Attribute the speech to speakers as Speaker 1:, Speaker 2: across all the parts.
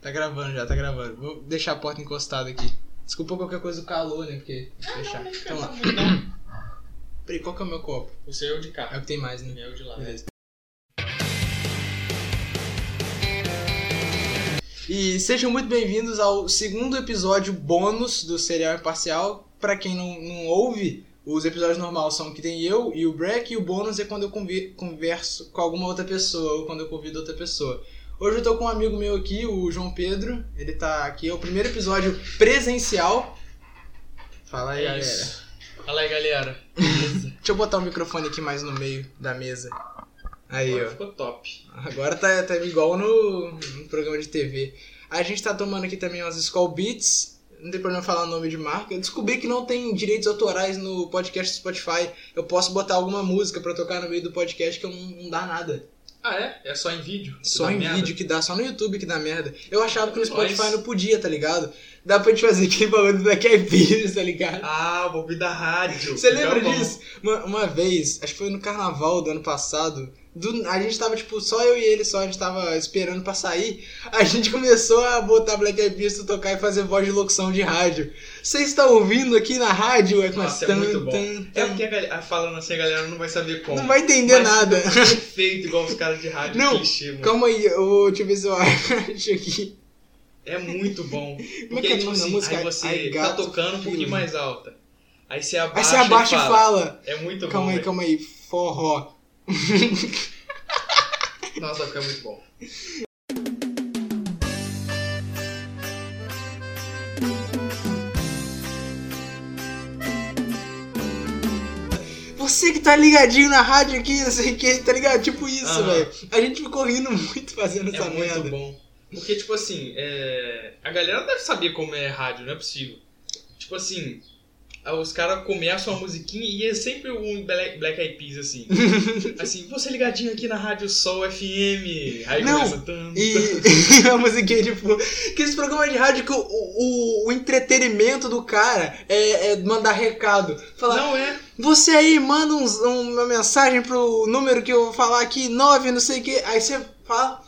Speaker 1: Tá gravando já, tá gravando. Vou deixar a porta encostada aqui. Desculpa qualquer coisa do calor, né? Porque. deixar. então lá. Peraí, qual que é o meu copo?
Speaker 2: O seu é o de cá.
Speaker 1: É o que tem mais, né?
Speaker 2: É o de lá.
Speaker 1: Beleza. E sejam muito bem-vindos ao segundo episódio bônus do Serial Imparcial. Pra quem não, não ouve, os episódios normais são que tem eu e o Breck, e o bônus é quando eu convi- converso com alguma outra pessoa ou quando eu convido outra pessoa. Hoje eu tô com um amigo meu aqui, o João Pedro. Ele tá aqui, é o primeiro episódio presencial. Fala aí,
Speaker 2: É
Speaker 1: galera.
Speaker 2: isso. Fala aí, galera.
Speaker 1: Deixa eu botar o microfone aqui mais no meio da mesa. Aí,
Speaker 2: Agora
Speaker 1: ó.
Speaker 2: Ficou top.
Speaker 1: Agora tá, tá igual no, no programa de TV. A gente tá tomando aqui também umas Skull Beats. Não tem problema falar o nome de marca. Eu descobri que não tem direitos autorais no podcast do Spotify. Eu posso botar alguma música pra tocar no meio do podcast que eu não, não dá nada.
Speaker 2: Ah, é? É só em vídeo?
Speaker 1: Só
Speaker 2: Dá
Speaker 1: em
Speaker 2: merda?
Speaker 1: vídeo que dá, só no YouTube que dá merda. Eu achava que no
Speaker 2: Mas-
Speaker 1: Spotify não podia, tá ligado? Dá pra gente fazer aquele bagulho da Kevin, tá ligado?
Speaker 2: Ah, vou ouvir da rádio.
Speaker 1: Você lembra
Speaker 2: Então,
Speaker 1: disso? Uma, uma vez, acho que foi no carnaval do ano passado, do- a gente tava, tipo, só eu e ele só, a gente tava esperando pra sair. A gente começou a botar Black Eyed Peas pra tocar e fazer voz de locução de rádio. Vocês estão ouvindo aqui na rádio? É, com
Speaker 2: Nossa, é
Speaker 1: tan,
Speaker 2: muito bom.
Speaker 1: tan,
Speaker 2: É
Speaker 1: tan.
Speaker 2: porque a galera, falando assim, a galera não vai saber como.
Speaker 1: Não vai entender
Speaker 2: Mas-
Speaker 1: nada.
Speaker 2: Perfeito, igual os caras de rádio.
Speaker 1: Não,
Speaker 2: clichê, mano.
Speaker 1: Calma aí, eu vou te ver se eu acho aqui.
Speaker 2: É muito bom.
Speaker 1: Como é que
Speaker 2: Porque
Speaker 1: é
Speaker 2: aí,
Speaker 1: o
Speaker 2: tipo
Speaker 1: nome da
Speaker 2: assim,
Speaker 1: música?
Speaker 2: aí você
Speaker 1: Ai,
Speaker 2: tá
Speaker 1: gato,
Speaker 2: tocando um pouquinho
Speaker 1: filho.
Speaker 2: mais alta. Aí você abaixa,
Speaker 1: Aí você abaixa
Speaker 2: e fala. É
Speaker 1: e
Speaker 2: muito
Speaker 1: fala. Calma
Speaker 2: bom.
Speaker 1: aí, calma aí. Forró.
Speaker 2: velho. Nossa, vai ficar muito bom.
Speaker 1: Você que tá ligadinho na rádio aqui, não sei o que, tá ligado? Tipo isso,
Speaker 2: Aham.
Speaker 1: velho. A gente ficou rindo muito fazendo
Speaker 2: É
Speaker 1: essa
Speaker 2: muito
Speaker 1: merda.
Speaker 2: bom. Porque, tipo assim, é, a galera deve saber como é rádio, não é possível. Tipo assim, a- os caras começam a musiquinha e é sempre um Black, Black Eyed Peas, assim. assim, você ligadinho aqui na Rádio Sol FM. Aí
Speaker 1: Não,
Speaker 2: começa... Tam,
Speaker 1: E, e a musiquinha, tipo, que esse programa de rádio que o, o, o entretenimento do cara é, é mandar recado. Falar,
Speaker 2: Não é?
Speaker 1: você aí manda uns- um- uma mensagem pro número que eu vou falar aqui, 9, não sei o que. Aí você fala,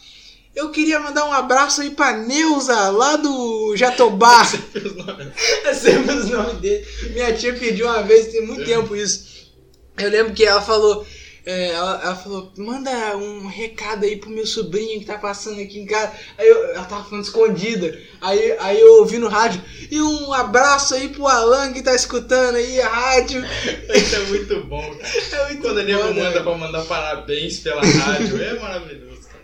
Speaker 1: eu queria mandar um abraço aí pra Neuza, lá do Jatobá.
Speaker 2: Os nomes.
Speaker 1: É sempre os nomes dele. Minha tia pediu uma vez, tem muito
Speaker 2: É.
Speaker 1: tempo isso. Eu lembro que ela falou. é, ela, ela falou, manda um recado aí pro meu sobrinho que tá passando aqui em casa. Aí eu- ela tava falando escondida. Aí, aí eu ouvi no rádio. E um abraço aí pro Alan que tá escutando aí a rádio.
Speaker 2: Isso é muito bom. cara.
Speaker 1: É muito
Speaker 2: Quando a nego
Speaker 1: foda,
Speaker 2: manda
Speaker 1: velho.
Speaker 2: pra mandar parabéns pela rádio, é maravilhoso. cara.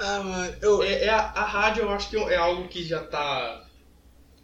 Speaker 1: Ah, mano. Eu,
Speaker 2: É, é a, a rádio eu acho que é algo que já tá,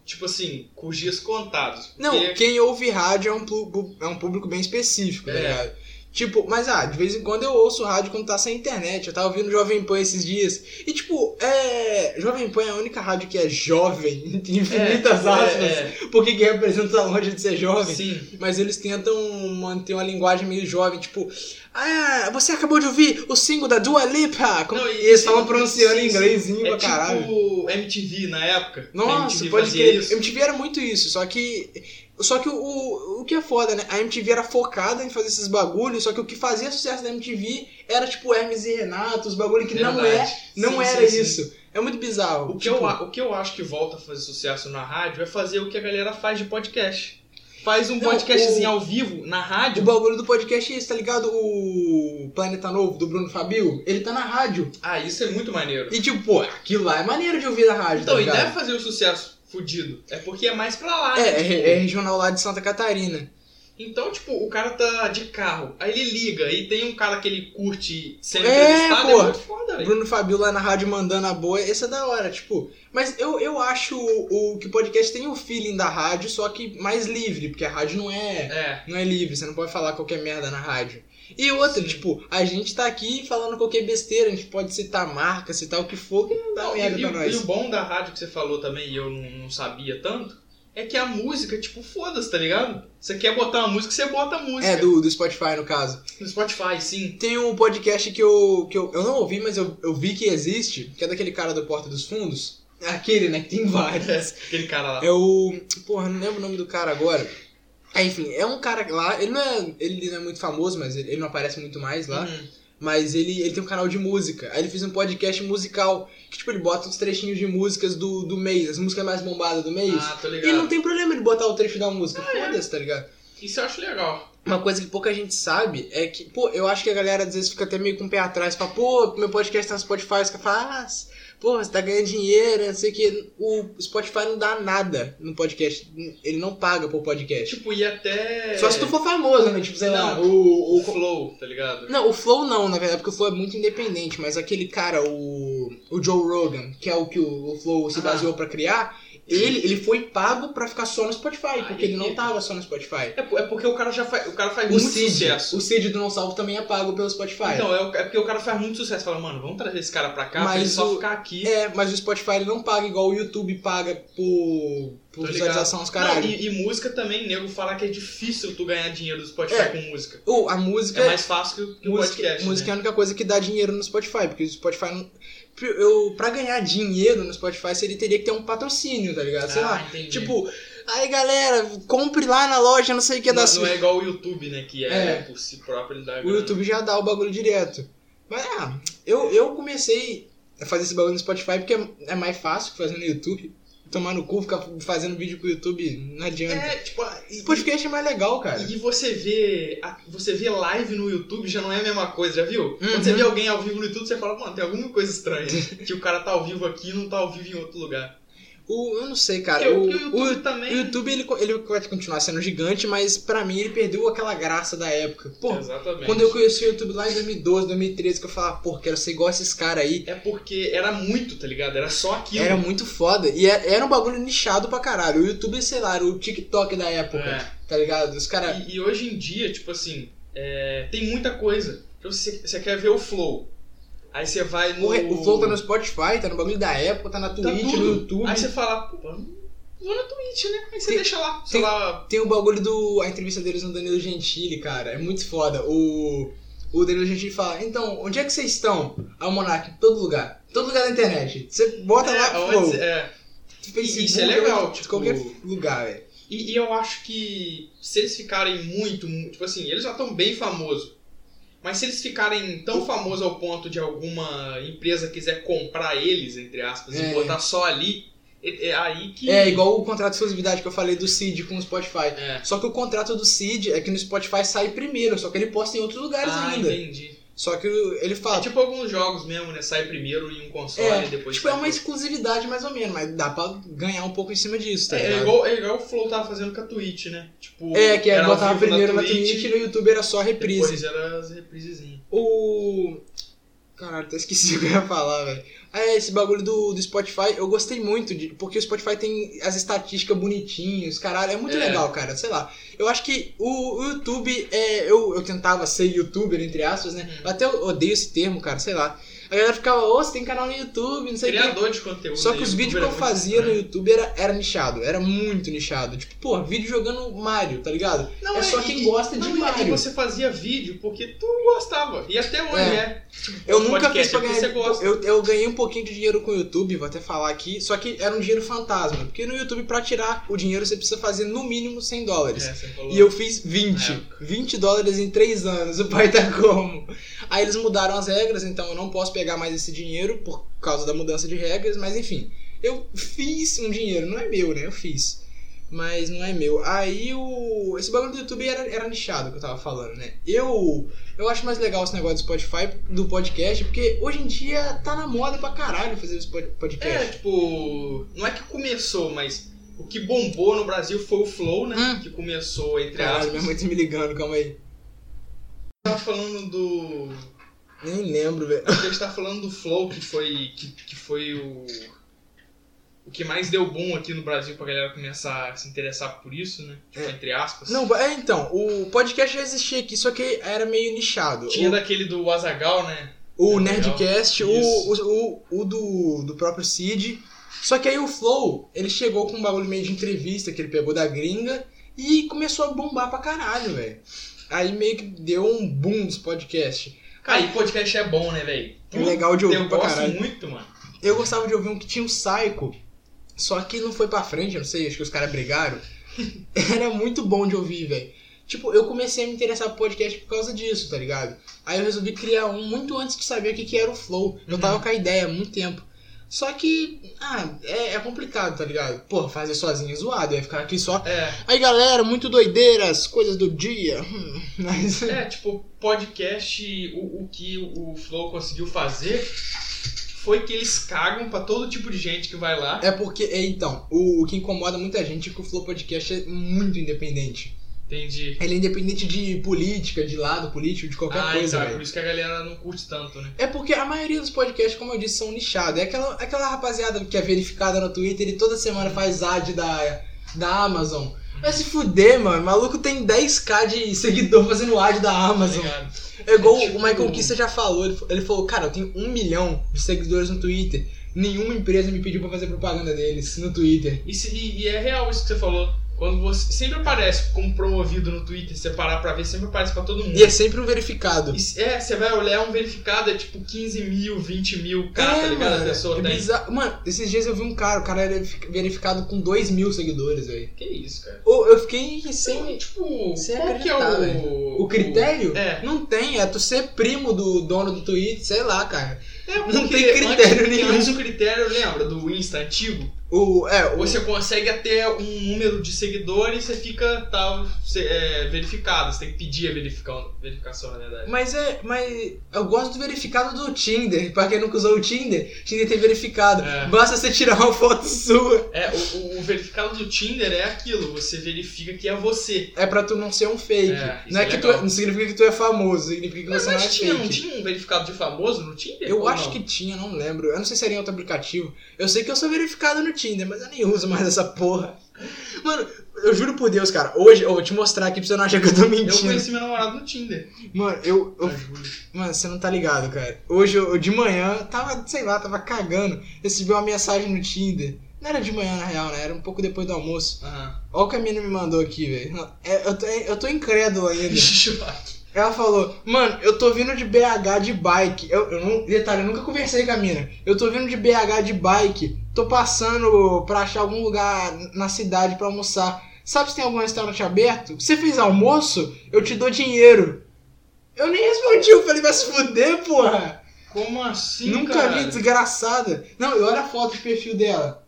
Speaker 2: tipo assim, com os dias contados.
Speaker 1: não,
Speaker 2: Porque-
Speaker 1: quem ouve rádio é um, plu- é um público bem específico, tá
Speaker 2: É.
Speaker 1: ligado? Tipo, mas ah, de vez em quando eu ouço rádio quando tá sem internet. Eu tava ouvindo Jovem Pan esses dias. E tipo, é. Jovem Pan é a única rádio que é jovem, entre infinitas aspas.
Speaker 2: é,
Speaker 1: Porque que representa tá longe de ser
Speaker 2: é.
Speaker 1: jovem.
Speaker 2: Sim.
Speaker 1: Mas eles tentam manter uma linguagem meio jovem, tipo, ah, você acabou de ouvir o single da Dua Lipa. Como...
Speaker 2: Não, e-
Speaker 1: eles estavam
Speaker 2: sim,
Speaker 1: pronunciando
Speaker 2: sim,
Speaker 1: em
Speaker 2: sim.
Speaker 1: inglesinho pra
Speaker 2: É
Speaker 1: caralho.
Speaker 2: tipo MTV na época.
Speaker 1: Nossa,
Speaker 2: MTV
Speaker 1: pode
Speaker 2: fazia
Speaker 1: crer.
Speaker 2: isso.
Speaker 1: MTV era muito isso, só que. Só que o, o, o que é foda, né? A MTV era focada em fazer esses bagulhos, só que o que fazia sucesso da MTV era tipo Hermes e Renato, os bagulhos que não é,
Speaker 2: Verdade.
Speaker 1: não
Speaker 2: Sim,
Speaker 1: era
Speaker 2: sim, sim.
Speaker 1: isso. É muito bizarro. Tipo,
Speaker 2: O que, eu, a- o que eu acho que volta a fazer sucesso na rádio é fazer o que a galera faz de podcast. Faz um
Speaker 1: Não,
Speaker 2: podcastzinho
Speaker 1: o-
Speaker 2: ao vivo na
Speaker 1: o
Speaker 2: rádio.
Speaker 1: bagulho do podcast é isso, tá ligado? O Planeta Novo, do Bruno Fabio, ele tá na rádio.
Speaker 2: Ah, isso é muito maneiro.
Speaker 1: E tipo, pô, aquilo lá é maneiro de ouvir na rádio,
Speaker 2: Então,
Speaker 1: tá
Speaker 2: e não é
Speaker 1: ligado?
Speaker 2: fazer o sucesso fudido. É porque é mais pra lá.
Speaker 1: É,
Speaker 2: né? Tipo,
Speaker 1: é, é regional lá de Santa Catarina.
Speaker 2: Então, tipo, o cara tá de carro, aí ele liga e tem um cara que ele curte sendo
Speaker 1: É,
Speaker 2: entrevistado,
Speaker 1: pô.
Speaker 2: é muito foda, velho.
Speaker 1: Bruno Fabio lá na rádio mandando a boa, esse é da hora, tipo. Mas eu, eu acho o, o que o podcast tem o feeling da rádio, só que mais livre, porque a rádio não é,
Speaker 2: É,
Speaker 1: não é livre, você não pode falar qualquer merda na rádio. E outra,
Speaker 2: Sim.
Speaker 1: tipo, a gente tá aqui falando qualquer besteira, a gente pode citar marca, citar o que for, que não dá
Speaker 2: Não,
Speaker 1: merda
Speaker 2: e,
Speaker 1: pra
Speaker 2: e- e o
Speaker 1: nós.
Speaker 2: bom da rádio que você falou também, e eu não, não sabia tanto, é que a música, tipo, foda-se, tá ligado? Você quer botar uma música, você bota a música.
Speaker 1: É, do, do Spotify, no caso.
Speaker 2: No Spotify, sim.
Speaker 1: Tem um podcast que eu, que eu, eu não ouvi, mas eu, eu vi que existe, que é daquele cara do Porta dos Fundos. Aquele, né, que tem vários.
Speaker 2: Aquele cara lá.
Speaker 1: É o... Porra, não lembro o nome do cara agora. É, enfim, é um cara lá, ele não é, ele não é muito famoso, mas ele, ele não aparece muito mais lá.
Speaker 2: Uhum.
Speaker 1: Mas ele, ele tem um canal de música. Aí ele fez um podcast musical. Que, tipo, ele bota uns trechinhos de músicas do, do mês, as músicas mais bombadas do mês.
Speaker 2: Ah, tô
Speaker 1: e não
Speaker 2: ligado.
Speaker 1: tem problema ele botar o trecho da música. Foda-se, tá ligado?
Speaker 2: Isso eu acho legal.
Speaker 1: Uma coisa que pouca gente sabe é que, pô, eu acho que a galera às vezes fica até meio com o pé atrás, fala, pô, meu podcast tá no Spotify, os caras falam, ah, s- pô, você tá ganhando dinheiro, não sei o que. O Spotify não dá nada no podcast, ele não paga pro podcast.
Speaker 2: Tipo, e até.
Speaker 1: Só se tu for famoso, né? Tipo, sei lá,
Speaker 2: Não.
Speaker 1: o,
Speaker 2: o
Speaker 1: o-
Speaker 2: Flow, tá ligado?
Speaker 1: Não, o Flow não, na verdade, porque o Flow é muito independente, mas aquele cara, o, o Joe Rogan, que é o que o, o Flow se
Speaker 2: Ah.
Speaker 1: baseou pra criar, ele, ele foi pago pra ficar só no Spotify,
Speaker 2: Ah,
Speaker 1: porque ele não
Speaker 2: ele-
Speaker 1: tava só no Spotify.
Speaker 2: É, po- é porque o cara já faz. O cara faz
Speaker 1: O
Speaker 2: É muito
Speaker 1: Cid,
Speaker 2: sucesso.
Speaker 1: o Cid do Não Salvo também é pago pelo Spotify.
Speaker 2: Então, é, o- é porque o cara faz muito sucesso. Fala, mano, vamos trazer esse cara pra cá pra
Speaker 1: Mas
Speaker 2: ele só
Speaker 1: o-
Speaker 2: ficar aqui.
Speaker 1: É, mas o Spotify ele não paga igual o YouTube paga por, por
Speaker 2: Tô
Speaker 1: visualização aos caralho.
Speaker 2: Não, e, e música também, nego, fala que é difícil tu ganhar dinheiro do Spotify
Speaker 1: É.
Speaker 2: com música.
Speaker 1: Ou a música.
Speaker 2: É mais fácil que o- que o
Speaker 1: música,
Speaker 2: podcast.
Speaker 1: música
Speaker 2: né?
Speaker 1: é a única coisa que dá dinheiro no Spotify, porque o Spotify não. Eu, pra ganhar dinheiro no Spotify, ele teria que ter um patrocínio, tá ligado? Sei
Speaker 2: Ah,
Speaker 1: lá.
Speaker 2: entendi.
Speaker 1: Tipo, aí galera, compre lá na loja, não sei o que da
Speaker 2: não, não
Speaker 1: sua.
Speaker 2: é igual o YouTube, né? Que é,
Speaker 1: É.
Speaker 2: por si próprio ele dá
Speaker 1: O
Speaker 2: grana.
Speaker 1: YouTube já dá o bagulho direto. Mas ah, eu, eu comecei a fazer esse bagulho no Spotify porque é, é mais fácil que fazer no YouTube. Tomar no cu, ficar fazendo vídeo pro YouTube, não adianta.
Speaker 2: É, tipo, ah, e,
Speaker 1: Esse podcast é mais legal, cara.
Speaker 2: e você vê. a- Você vê live no YouTube já não é a mesma coisa, já viu? Quando você
Speaker 1: Uhum.
Speaker 2: vê alguém ao vivo no YouTube, você fala, mano, tem alguma coisa estranha. que o cara tá ao vivo aqui e não tá ao vivo em outro lugar.
Speaker 1: O, eu não sei, cara. o,
Speaker 2: Porque o, É, porque o YouTube também.
Speaker 1: o YouTube, ele, co- ele vai continuar sendo gigante, mas pra mim ele perdeu aquela graça da época. Pô,
Speaker 2: Exatamente.
Speaker 1: quando eu conheci o YouTube lá em 2012, 2013, que eu falava, pô, quero ser igual esses caras aí.
Speaker 2: É porque era muito, tá ligado? Era só aquilo.
Speaker 1: Era muito foda. E é- era um bagulho nichado pra caralho. O YouTube, sei lá, era o TikTok da época,
Speaker 2: É.
Speaker 1: tá ligado? Os caras.
Speaker 2: E, e hoje em dia, tipo assim, é, tem muita coisa. Então, se você quer ver o Flow, aí você vai no.
Speaker 1: O, re- o Flow tá no Spotify, tá no bagulho da época, tá na Twitch,
Speaker 2: tudo.
Speaker 1: no YouTube.
Speaker 2: Aí você fala, pô, vou na Twitch, né? Aí você
Speaker 1: Tem-
Speaker 2: deixa lá, sei
Speaker 1: tem-
Speaker 2: lá.
Speaker 1: Tem o bagulho do. A entrevista deles no Danilo Gentili, cara. É muito foda. O. O Danilo Gentili fala, então, onde é que vocês estão? A Monark, em todo lugar. Todo lugar da internet. Você bota lá
Speaker 2: é,
Speaker 1: Flow.
Speaker 2: onde- é.
Speaker 1: Facebook,
Speaker 2: Isso é legal,
Speaker 1: onde-
Speaker 2: tipo-
Speaker 1: qualquer lugar, velho.
Speaker 2: E, e eu acho que se eles ficarem muito, mu- tipo assim, eles já estão bem famosos. Mas se eles ficarem tão famosos ao ponto de alguma empresa quiser comprar eles, entre aspas, e
Speaker 1: É.
Speaker 2: botar só ali, é, é aí que.
Speaker 1: É igual o contrato de exclusividade que eu falei do Cid com o Spotify.
Speaker 2: É.
Speaker 1: Só que o contrato do Cid é que no Spotify sai primeiro, só que ele posta em outros lugares
Speaker 2: Ah,
Speaker 1: ainda.
Speaker 2: entendi.
Speaker 1: Só que ele fala.
Speaker 2: É tipo alguns jogos mesmo, né? Sai primeiro em um console
Speaker 1: É,
Speaker 2: e depois.
Speaker 1: tipo, é uma exclusividade mais ou menos, mas dá pra ganhar um pouco em cima disso, tá
Speaker 2: É, é
Speaker 1: ligado?
Speaker 2: igual, é igual o Flow tava fazendo com a Twitch, né? Tipo,
Speaker 1: É, que é
Speaker 2: era ao
Speaker 1: botava
Speaker 2: vivo
Speaker 1: primeiro na Twitch e no YouTube era só reprise.
Speaker 2: Depois era as reprisezinhas.
Speaker 1: O. Caralho, até esqueci o que eu ia falar, velho. É, esse bagulho do, do Spotify, eu gostei muito, de, porque o Spotify tem as estatísticas bonitinhas, caralho, é muito
Speaker 2: É.
Speaker 1: legal, cara, sei lá. Eu acho que o, o YouTube, é, eu, eu tentava ser youtuber, entre aspas, né?
Speaker 2: Uhum.
Speaker 1: Eu até odeio esse termo, cara, sei lá. A galera ficava, ô, você tem canal no YouTube, não sei o quê.
Speaker 2: Criador de conteúdo.
Speaker 1: Só que
Speaker 2: né?
Speaker 1: os vídeos que
Speaker 2: Youtuber
Speaker 1: eu
Speaker 2: é
Speaker 1: fazia no
Speaker 2: muito-
Speaker 1: YouTube era, era nichado, era muito nichado. Tipo, pô, vídeo jogando Mario, tá ligado?
Speaker 2: Não,
Speaker 1: é só quem
Speaker 2: e-
Speaker 1: gosta de
Speaker 2: não, e- E
Speaker 1: Mario.
Speaker 2: você fazia vídeo porque tu gostava. E até hoje
Speaker 1: É.
Speaker 2: é. Tipo,
Speaker 1: Eu nunca
Speaker 2: podcast,
Speaker 1: fiz pra
Speaker 2: é porque
Speaker 1: ganhar.
Speaker 2: Você gosta.
Speaker 1: Eu, eu ganhei um pouquinho de dinheiro com o YouTube, vou até falar aqui, só que era um dinheiro fantasma. Porque no YouTube, pra tirar o dinheiro, você precisa fazer no mínimo 100 dólares.
Speaker 2: É, você falou.
Speaker 1: E eu fiz 20.
Speaker 2: É.
Speaker 1: 20 dólares em 3 anos. O pai tá como? Aí eles mudaram as regras, então eu não posso pegar mais esse dinheiro por causa da mudança de regras, mas enfim. Eu fiz um dinheiro, não é meu, né? Eu fiz. Mas não é meu. Aí o. Esse bagulho do YouTube era, era nichado que eu tava falando, né? Eu. Eu acho mais legal esse negócio do Spotify, do podcast, porque hoje em dia tá na moda pra caralho fazer esse pod-
Speaker 2: É,
Speaker 1: podcast.
Speaker 2: tipo. Não é que começou, mas o que bombou no Brasil foi o Flow, né?
Speaker 1: Hum.
Speaker 2: Que começou, entre
Speaker 1: Caralho,
Speaker 2: aspas.
Speaker 1: minha mãe tá me ligando, calma aí.
Speaker 2: Tava falando do.
Speaker 1: Nem lembro, velho.
Speaker 2: A gente tá falando do Flow, que foi, que, que foi o, o que mais deu boom aqui no Brasil pra galera começar a se interessar por isso, né? Tipo,
Speaker 1: É.
Speaker 2: entre aspas.
Speaker 1: Não, é então, o podcast já existia aqui, só que era meio nichado.
Speaker 2: Tinha daquele do Azagal, né?
Speaker 1: O, o
Speaker 2: Legal.
Speaker 1: Nerdcast, o,
Speaker 2: Isso.
Speaker 1: o, o, o do, do próprio Cid. Só que aí o Flow, ele chegou com um bagulho meio de entrevista que ele pegou da gringa e começou a bombar pra caralho, velho. Aí meio que deu um boom dos podcasts.
Speaker 2: Cara, e podcast é bom, né, velho?
Speaker 1: Legal de ouvir
Speaker 2: Eu
Speaker 1: pra
Speaker 2: gosto
Speaker 1: caralho.
Speaker 2: muito, mano.
Speaker 1: Eu gostava de ouvir um que tinha um Psycho, só que não foi pra frente, eu não sei, acho que os caras brigaram. Era muito bom de ouvir, velho. Tipo, eu comecei a me interessar por podcast por causa disso, tá ligado? Aí eu resolvi criar um muito antes de saber o que, que era o flow. Eu
Speaker 2: Uhum.
Speaker 1: tava com a ideia há muito tempo. Só que, ah, é, é complicado, tá ligado? Porra, fazer sozinho é zoado, eu ia ficar aqui só.
Speaker 2: É,
Speaker 1: Aí galera, muito doideira, as coisas do dia. Hum, Mas.
Speaker 2: é tipo, podcast, o, o que o Flow conseguiu fazer foi que eles cagam pra todo tipo de gente que vai lá.
Speaker 1: É porque, é, então, o, o que incomoda muita gente é que o Flow Podcast é muito independente.
Speaker 2: Entendi.
Speaker 1: Ele é independente de política, de lado político, de qualquer
Speaker 2: ah,
Speaker 1: coisa,
Speaker 2: então, é
Speaker 1: velho.
Speaker 2: por isso que a galera não curte tanto, né?
Speaker 1: É porque a maioria dos podcasts, como eu disse, são nichados. É aquela, aquela rapaziada que é verificada no Twitter e toda semana
Speaker 2: Hum.
Speaker 1: faz ad da, da Amazon. Vai se fuder, mano. O maluco tem 10k de seguidor fazendo ad da Amazon.
Speaker 2: Tá ligado?
Speaker 1: É igual
Speaker 2: É tipo-
Speaker 1: o Michael Kissa já falou. Ele, fa- ele falou, cara, eu tenho um milhão de seguidores no Twitter. Nenhuma empresa me pediu pra fazer propaganda deles no Twitter.
Speaker 2: E, se- e- e é real isso que você falou. Quando você sempre aparece como promovido no Twitter, se você parar pra ver, sempre aparece pra todo mundo.
Speaker 1: E é sempre um verificado.
Speaker 2: E se- É, você vai olhar é um verificado, é tipo 15 mil, 20 mil, cara, tá ligado?
Speaker 1: mano,
Speaker 2: a pessoa
Speaker 1: é
Speaker 2: tem.
Speaker 1: bizarro. Mano, esses dias eu vi um cara, o cara era verifi- verificado com 2 mil seguidores, velho.
Speaker 2: Que isso, cara?
Speaker 1: Ou eu fiquei sem.
Speaker 2: Então, tipo,
Speaker 1: sem
Speaker 2: qual que é
Speaker 1: acreditar,
Speaker 2: o.
Speaker 1: O critério?
Speaker 2: É.
Speaker 1: Não tem, é tu ser primo do dono do Twitter, sei lá, cara.
Speaker 2: É,
Speaker 1: Não
Speaker 2: porque
Speaker 1: tem critério
Speaker 2: antes,
Speaker 1: nenhum.
Speaker 2: Antes o critério, lembra, do Insta antigo?
Speaker 1: O, é, o,
Speaker 2: Você consegue até um número de seguidores e você fica tal, você- é, verificado. Você tem que pedir a verificação, verificação na verdade.
Speaker 1: mas é. Mas eu gosto do verificado do Tinder. Pra quem nunca usou o Tinder, Tinder tem verificado.
Speaker 2: É.
Speaker 1: Basta você tirar uma foto sua.
Speaker 2: É, o, o- o verificado do Tinder é aquilo, você verifica que é você.
Speaker 1: É pra tu não ser um fake.
Speaker 2: É, isso
Speaker 1: não é,
Speaker 2: é
Speaker 1: que tu,
Speaker 2: legal.
Speaker 1: não significa que tu é famoso, significa que
Speaker 2: Mas,
Speaker 1: você não é
Speaker 2: mas tinha, não
Speaker 1: fake.
Speaker 2: tinha um verificado de famoso no Tinder?
Speaker 1: Eu
Speaker 2: ou
Speaker 1: acho
Speaker 2: não?
Speaker 1: que tinha, não lembro. Eu não sei se era em outro aplicativo. Eu sei que eu sou verificado no Tinder, mas eu nem uso mais essa porra. Mano, eu juro por Deus, cara. Hoje eu vou te mostrar aqui pra você não achar que eu tô mentindo.
Speaker 2: Eu conheci meu namorado no Tinder.
Speaker 1: Mano, eu, eu-
Speaker 2: Eu juro.
Speaker 1: Mano, você não tá ligado, cara. Hoje eu, eu de manhã tava, sei lá, tava cagando. Recebi uma mensagem no Tinder. Não era de manhã, na real, né? Era um pouco depois do almoço.
Speaker 2: Aham.
Speaker 1: Olha o que a mina me mandou aqui, velho. É, eu, tô- eu tô incrédulo ainda.
Speaker 2: Choque.
Speaker 1: Ela falou, mano, eu tô vindo de BH de bike. Eu, eu não, detalhe, eu nunca conversei com a mina. Eu tô vindo de BH de bike. Tô passando pra achar algum lugar na cidade pra almoçar. Sabe se tem algum restaurante aberto? Você fez almoço? Eu te dou dinheiro. Eu nem respondi, eu falei, vai se fuder, porra.
Speaker 2: Como assim,
Speaker 1: nunca vi,
Speaker 2: caralho?
Speaker 1: desgraçada. Não, eu olho a foto de perfil dela.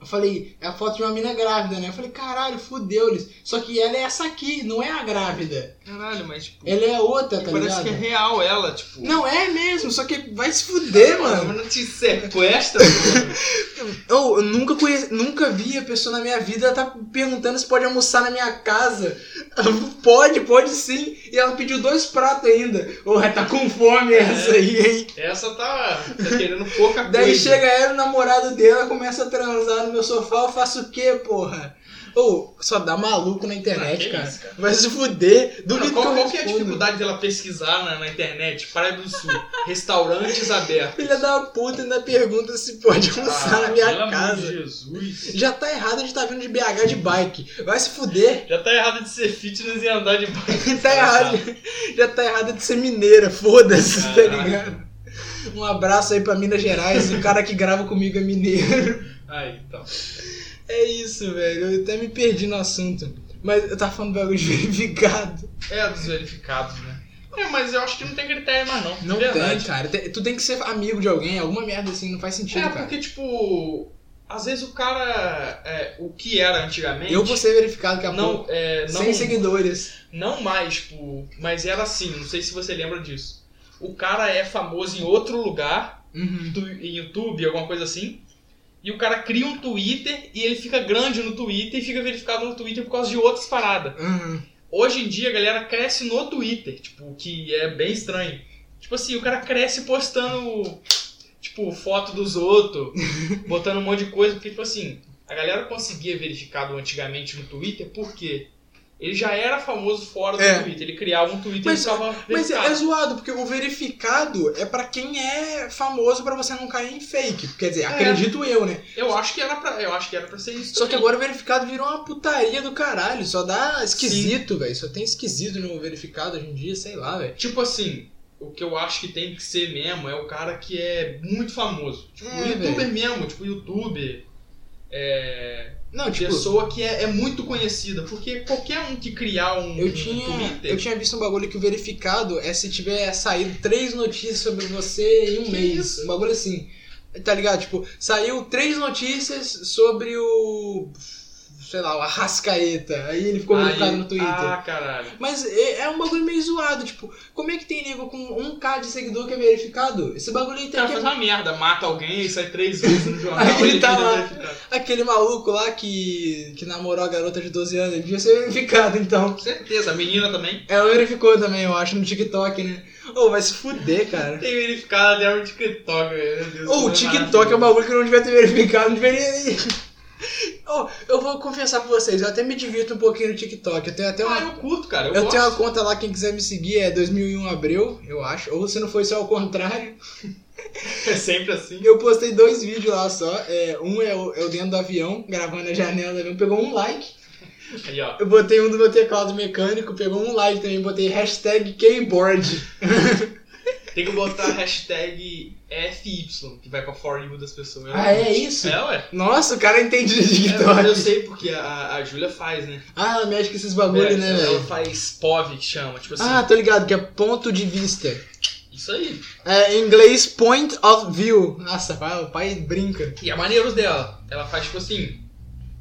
Speaker 1: Eu falei, é a foto de uma mina grávida, né? Eu falei, caralho, fudeu-lhes. Só que ela é essa aqui, não é a grávida.
Speaker 2: Caralho, mas tipo...
Speaker 1: Ela é outra, tá
Speaker 2: parece
Speaker 1: ligado?
Speaker 2: que é real ela, tipo...
Speaker 1: Não, é mesmo, só que vai se fuder, mano.
Speaker 2: Mas não te sequestra, mano.
Speaker 1: Eu, eu nunca conheci, nunca vi a pessoa na minha vida, ela tá perguntando se pode almoçar na minha casa. Pode, pode sim. E ela pediu dois pratos ainda. Ô, tá com fome
Speaker 2: É.
Speaker 1: essa aí, hein?
Speaker 2: Essa tá, tá querendo pouca
Speaker 1: Daí
Speaker 2: coisa.
Speaker 1: chega ela, o namorado dela, começa a transar no meu sofá, eu faço o quê, porra? Ô, só dá maluco na
Speaker 2: Ah,
Speaker 1: internet,
Speaker 2: que
Speaker 1: cara.
Speaker 2: isso, cara.
Speaker 1: Vai se fuder. Duvido
Speaker 2: Mano, qual,
Speaker 1: que eu
Speaker 2: qual que é a
Speaker 1: respondo.
Speaker 2: dificuldade dela pesquisar na, na internet? Praia do Sul, restaurantes abertos.
Speaker 1: Filha da puta ainda pergunta se pode almoçar na
Speaker 2: Ah, pelo
Speaker 1: minha
Speaker 2: amor
Speaker 1: casa.
Speaker 2: de Jesus.
Speaker 1: Já tá errado de tá vindo de BH de bike. Vai se fuder.
Speaker 2: Já tá errado de ser fitness e andar de bike.
Speaker 1: Tá errado. Já tá errado de ser mineira. Foda-se, tá
Speaker 2: Caraca.
Speaker 1: ligado? Um abraço aí pra Minas Gerais. O cara que grava comigo é mineiro.
Speaker 2: Aí, tá.
Speaker 1: É isso, velho. Eu até me perdi no assunto. Mas eu tava falando do bagulho de verificado.
Speaker 2: É a dos verificados, né? É, mas eu acho que não tem critério mais não.
Speaker 1: Não
Speaker 2: de verdade.
Speaker 1: tem, cara. Tem- Tu tem que ser amigo de alguém. Alguma merda assim. Não faz sentido,
Speaker 2: É,
Speaker 1: cara.
Speaker 2: porque, tipo, às vezes o cara, é, o que era antigamente,
Speaker 1: Eu vou ser verificado daqui a pouco.
Speaker 2: não, é, não,
Speaker 1: Sem seguidores.
Speaker 2: não mais, tipo, mas era assim, não sei se você lembra disso. O cara é famoso em outro lugar,
Speaker 1: Uhum.
Speaker 2: tu- em YouTube, alguma coisa assim, e o cara cria um Twitter e ele fica grande no Twitter e fica verificado no Twitter por causa de outras paradas.
Speaker 1: Uhum.
Speaker 2: Hoje em dia a galera cresce no Twitter, tipo, o que é bem estranho. Tipo assim, o cara cresce postando, tipo, foto dos outros, botando um monte de coisa, porque, tipo assim, a galera conseguia verificado antigamente no Twitter, porque ele já era famoso fora do
Speaker 1: É.
Speaker 2: Twitter, ele criava um Twitter
Speaker 1: Mas-
Speaker 2: e ficava
Speaker 1: Mas é, é
Speaker 2: verificado.
Speaker 1: zoado, porque o verificado é pra quem é famoso pra você não cair em fake. Quer dizer, acredito eu, né?
Speaker 2: Eu acho que era pra, eu acho que era pra ser É. isso.
Speaker 1: Só que
Speaker 2: também.
Speaker 1: agora o verificado virou uma putaria do caralho. Só dá esquisito, velho. Só tem esquisito no verificado hoje em dia, sei lá, velho.
Speaker 2: Tipo assim, o que eu acho que tem que ser mesmo é o cara que é muito famoso. Tipo,
Speaker 1: É,
Speaker 2: youtuber mesmo, tipo, youtuber. é,
Speaker 1: Não, tipo,
Speaker 2: pessoa que é, é muito conhecida. Porque qualquer um que criar um,
Speaker 1: eu
Speaker 2: um
Speaker 1: tinha,
Speaker 2: Twitter.
Speaker 1: eu tinha visto um bagulho que o verificado é se tiver saído três notícias sobre você em um
Speaker 2: Que
Speaker 1: mês.
Speaker 2: isso?
Speaker 1: Um bagulho assim. Tá ligado? Tipo, saiu três notícias sobre o. sei lá, o Arrascaeta. Aí ele ficou verificado
Speaker 2: Aí-
Speaker 1: um no Twitter.
Speaker 2: Ah, caralho.
Speaker 1: Mas é é um bagulho meio zoado, tipo, como é que tem nego com 1k de seguidor que é verificado? Esse bagulho aí
Speaker 2: O
Speaker 1: tem
Speaker 2: cara
Speaker 1: aquele,
Speaker 2: faz uma merda, mata alguém e sai três vezes no jornal.
Speaker 1: Então, Aí ele tá
Speaker 2: vira
Speaker 1: lá.
Speaker 2: verificado.
Speaker 1: aquele maluco lá que, que namorou a garota de 12 anos, ele devia ser verificado então. É,
Speaker 2: Com certeza, a menina também.
Speaker 1: Ela verificou também, eu acho, no TikTok, né? Ô, vai se fuder, cara.
Speaker 2: Tem verificado até o TikTok, velho. Meu Deus,
Speaker 1: Ô, o
Speaker 2: como
Speaker 1: TikTok é um
Speaker 2: maravilhoso.
Speaker 1: bagulho que eu não devia ter verificado, não deveria nem. Ô, eu vou confessar pra vocês, eu até me divirto um pouquinho no TikTok. Eu tenho até uma
Speaker 2: Ah, eu curto, cara. Eu,
Speaker 1: Eu
Speaker 2: gosto.
Speaker 1: tenho uma conta lá, quem quiser me seguir é 2001 Abril, eu acho. Ou se não for isso é ao contrário.
Speaker 2: É sempre assim.
Speaker 1: Eu postei dois vídeos lá só. É, um é o, é o dentro do avião, gravando a janela do avião, pegou um like.
Speaker 2: Aí, ó.
Speaker 1: Eu botei um do meu teclado mecânico, pegou um like também, botei hashtag keyboard.
Speaker 2: Tem que botar a hashtag FY, que vai pra For You das pessoas.
Speaker 1: Ah, é isso?
Speaker 2: É, ué.
Speaker 1: Nossa, o cara entende de
Speaker 2: É, mas eu
Speaker 1: TikTok.
Speaker 2: sei porque a, a Júlia faz, né?
Speaker 1: Ah, ela mexe com esses bagulho,
Speaker 2: É,
Speaker 1: né,
Speaker 2: Ela
Speaker 1: velho?
Speaker 2: faz POV, que chama. Tipo assim,
Speaker 1: Ah, tô ligado, que é ponto de vista.
Speaker 2: isso aí.
Speaker 1: É, em inglês, point of view. Nossa, vai, o pai brinca.
Speaker 2: E é maneiros dela. Ela faz, tipo assim,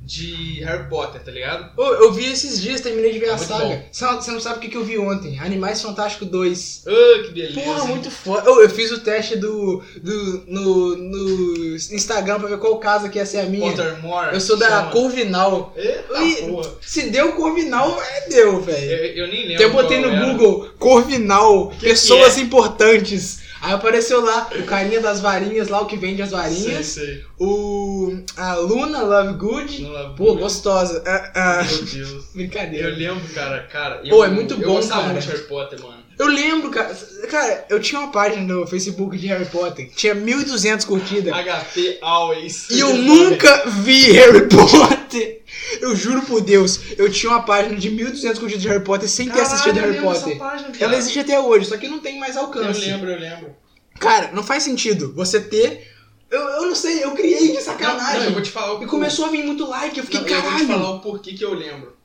Speaker 2: de Harry Potter, tá ligado?
Speaker 1: Ô, eu vi esses dias, terminei de ver
Speaker 2: É
Speaker 1: a
Speaker 2: muito
Speaker 1: saga. Sa- Você não sabe o que, que eu vi ontem. Animais Fantásticos 2.
Speaker 2: Ah, que beleza.
Speaker 1: Porra,
Speaker 2: hein?
Speaker 1: muito foda. Eu, eu fiz o teste do, do no, no Instagram pra ver qual casa que ia ser a minha.
Speaker 2: Pottermore.
Speaker 1: Eu sou
Speaker 2: que
Speaker 1: da
Speaker 2: chama.
Speaker 1: Corvinal.
Speaker 2: Eita,
Speaker 1: Ih,
Speaker 2: porra.
Speaker 1: Se deu Corvinal, é deu, velho.
Speaker 2: Eu, eu nem lembro.
Speaker 1: Então eu botei no
Speaker 2: qual era.
Speaker 1: Google Corvinal,
Speaker 2: que é?
Speaker 1: pessoas importantes. Aí apareceu lá o carinha das varinhas, lá o que vende as
Speaker 2: Sei,
Speaker 1: varinhas.
Speaker 2: sei.
Speaker 1: O. A Luna Lovegood.
Speaker 2: Não lembro.
Speaker 1: Pô, gostosa. Ah, ah.
Speaker 2: Meu Deus. Eu
Speaker 1: Brincadeira.
Speaker 2: lembro, cara, cara.
Speaker 1: Pô, é muito
Speaker 2: eu
Speaker 1: bom,
Speaker 2: gostava
Speaker 1: cara.
Speaker 2: muito de Harry Potter, mano.
Speaker 1: Eu lembro, cara. Cara, eu tinha uma página no Facebook de Harry Potter. Tinha 1.200 curtidas.
Speaker 2: HP Always.
Speaker 1: E eu nunca vi Harry Potter. Eu juro por Deus, eu tinha uma página de 1200 curtidas de Harry Potter sem ter
Speaker 2: Caralho,
Speaker 1: assistido
Speaker 2: eu
Speaker 1: Harry
Speaker 2: lembro
Speaker 1: Potter.
Speaker 2: dessa página, viado.
Speaker 1: Ela existe até hoje, só que não tem mais
Speaker 2: Eu
Speaker 1: alcance.
Speaker 2: lembro, eu lembro.
Speaker 1: Cara, não faz sentido você ter. Eu, eu não sei, eu criei de
Speaker 2: Não, eu
Speaker 1: sacanagem.
Speaker 2: vou te falar o
Speaker 1: E começou a vir muito like, eu fiquei,
Speaker 2: Não, Eu vou te
Speaker 1: caralho,
Speaker 2: falar o porquê que eu lembro.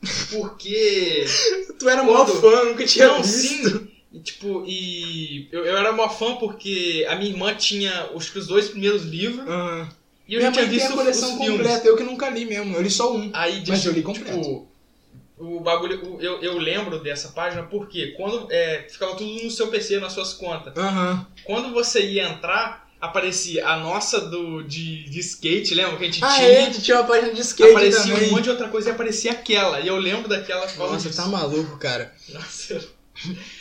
Speaker 2: Porque.
Speaker 1: tu era mó
Speaker 2: Quando?
Speaker 1: fã, nunca tinha
Speaker 2: um Não,
Speaker 1: visto.
Speaker 2: sim. E, tipo, e. Eu, eu era mó fã porque a minha irmã tinha os, os dois primeiros livros.
Speaker 1: Ah.
Speaker 2: E eu
Speaker 1: Minha
Speaker 2: já tinha
Speaker 1: mãe tem a
Speaker 2: visto os
Speaker 1: coleção
Speaker 2: filmes.
Speaker 1: completa, eu que nunca li mesmo, eu li só um.
Speaker 2: Aí, de-
Speaker 1: Mas eu li completo.
Speaker 2: tipo, o bagulho. o- Eu, eu lembro dessa página porque quando é, ficava tudo no seu PC, nas suas contas.
Speaker 1: Aham.
Speaker 2: Quando você ia entrar, aparecia a nossa do, de, de skate, lembra? Que a gente
Speaker 1: Ah,
Speaker 2: tinha.
Speaker 1: é, tu tinha uma página de skate
Speaker 2: aparecia
Speaker 1: também.
Speaker 2: um monte de outra coisa e aparecia aquela. E eu lembro daquela por causa
Speaker 1: Nossa,
Speaker 2: disso.
Speaker 1: tá maluco, cara.
Speaker 2: Nossa, eu-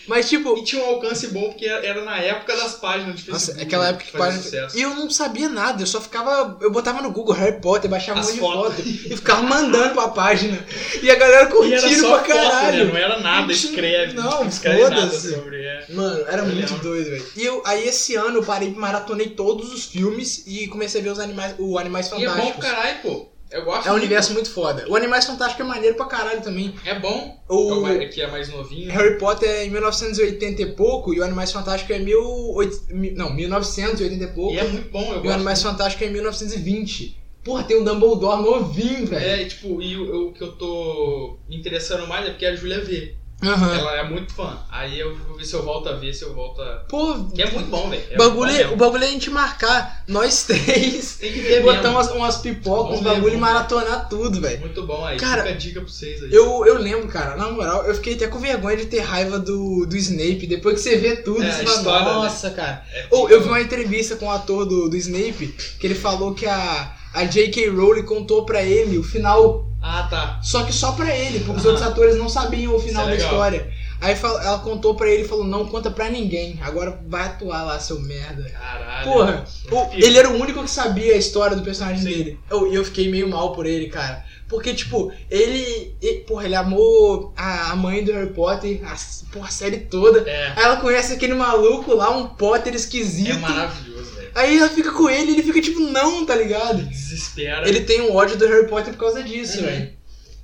Speaker 1: Mas tipo,
Speaker 2: E tinha um alcance bom porque era, era na época das páginas de Facebook.
Speaker 1: Nossa, aquela época que
Speaker 2: fazia
Speaker 1: quase-
Speaker 2: sucesso.
Speaker 1: E eu não sabia nada, eu só ficava. Eu botava no Google Harry Potter, baixava um
Speaker 2: As
Speaker 1: monte de
Speaker 2: fotos.
Speaker 1: foto e ficava mandando pra página. E a galera
Speaker 2: E era
Speaker 1: curtindo
Speaker 2: só
Speaker 1: pra
Speaker 2: foto,
Speaker 1: caralho.
Speaker 2: né? Não era nada,
Speaker 1: Não tinha-
Speaker 2: escreve.
Speaker 1: não,
Speaker 2: escreve nada
Speaker 1: foda-se.
Speaker 2: sobre. É.
Speaker 1: Mano, era
Speaker 2: Eu
Speaker 1: muito
Speaker 2: lembro.
Speaker 1: doido, velho. E eu, aí esse ano eu parei, maratonei todos os filmes e comecei a ver os animais, o Animais
Speaker 2: E é bom pro
Speaker 1: Fantásticos.
Speaker 2: caralho, pô. Eu gosto.
Speaker 1: É um
Speaker 2: muito.
Speaker 1: universo muito foda. O Animais Fantásticos é maneiro pra caralho também.
Speaker 2: É bom. É o
Speaker 1: O
Speaker 2: mais- é que é mais novinho.
Speaker 1: Harry Potter é em 1980 e pouco e o Animais Fantásticos é 1800, mi- não, 1980 e pouco.
Speaker 2: E é muito bom, eu
Speaker 1: E o
Speaker 2: gosto.
Speaker 1: Animais Fantásticos é em 1920. Porra, tem um Dumbledore novinho, velho.
Speaker 2: É, e, tipo, e o- eu- o que eu tô me interessando mais é porque a Júlia vê.
Speaker 1: Aham.
Speaker 2: Ela é muito fã. Aí eu vou ver se eu volto a ver, se eu volto a.
Speaker 1: Pô,
Speaker 2: Que é muito bom, velho. É
Speaker 1: bagulho, o
Speaker 2: muito bom mesmo.
Speaker 1: bagulho é a gente marcar nós três
Speaker 2: Tem que
Speaker 1: e
Speaker 2: ver
Speaker 1: botar
Speaker 2: É mesmo.
Speaker 1: umas, umas pipocas,
Speaker 2: Vamos
Speaker 1: uns bagulho e
Speaker 2: mesmo.
Speaker 1: maratonar tudo, velho.
Speaker 2: Muito bom aí.
Speaker 1: Cara,
Speaker 2: Fica a dica pra vocês aí.
Speaker 1: Eu, eu lembro, cara, na moral, eu fiquei até com vergonha de ter raiva do, do Snape. Depois que você vê tudo,
Speaker 2: É,
Speaker 1: você
Speaker 2: a
Speaker 1: fala,
Speaker 2: história, né?
Speaker 1: nossa, cara.
Speaker 2: É,
Speaker 1: Ou eu vi uma entrevista com o ator do, do Snape que ele falou que a, a J.K. Rowling contou pra ele o final
Speaker 2: Ah, tá.
Speaker 1: Só que só pra ele, porque os
Speaker 2: Ah.
Speaker 1: outros atores não sabiam o final da
Speaker 2: Isso é legal.
Speaker 1: história. Aí fal- ela contou pra ele e falou: não conta pra ninguém, agora vai atuar lá, seu merda.
Speaker 2: Caralho.
Speaker 1: Porra, o-
Speaker 2: Fica.
Speaker 1: ele era o único que sabia a história do personagem
Speaker 2: Sim.
Speaker 1: dele. Eu- E eu, fiquei meio mal por ele, cara. Porque, tipo, ele. e- porra, ele amou a, a mãe do Harry Potter, a, s- porra, a série toda.
Speaker 2: É.
Speaker 1: Aí ela conhece aquele maluco lá, um Potter
Speaker 2: É
Speaker 1: esquisito.
Speaker 2: maravilhoso, velho.
Speaker 1: Aí ela fica com ele e ele fica tipo, não, tá ligado?
Speaker 2: Desespera.
Speaker 1: Ele tem um ódio do Harry Potter por causa disso,
Speaker 2: Uhum.
Speaker 1: velho.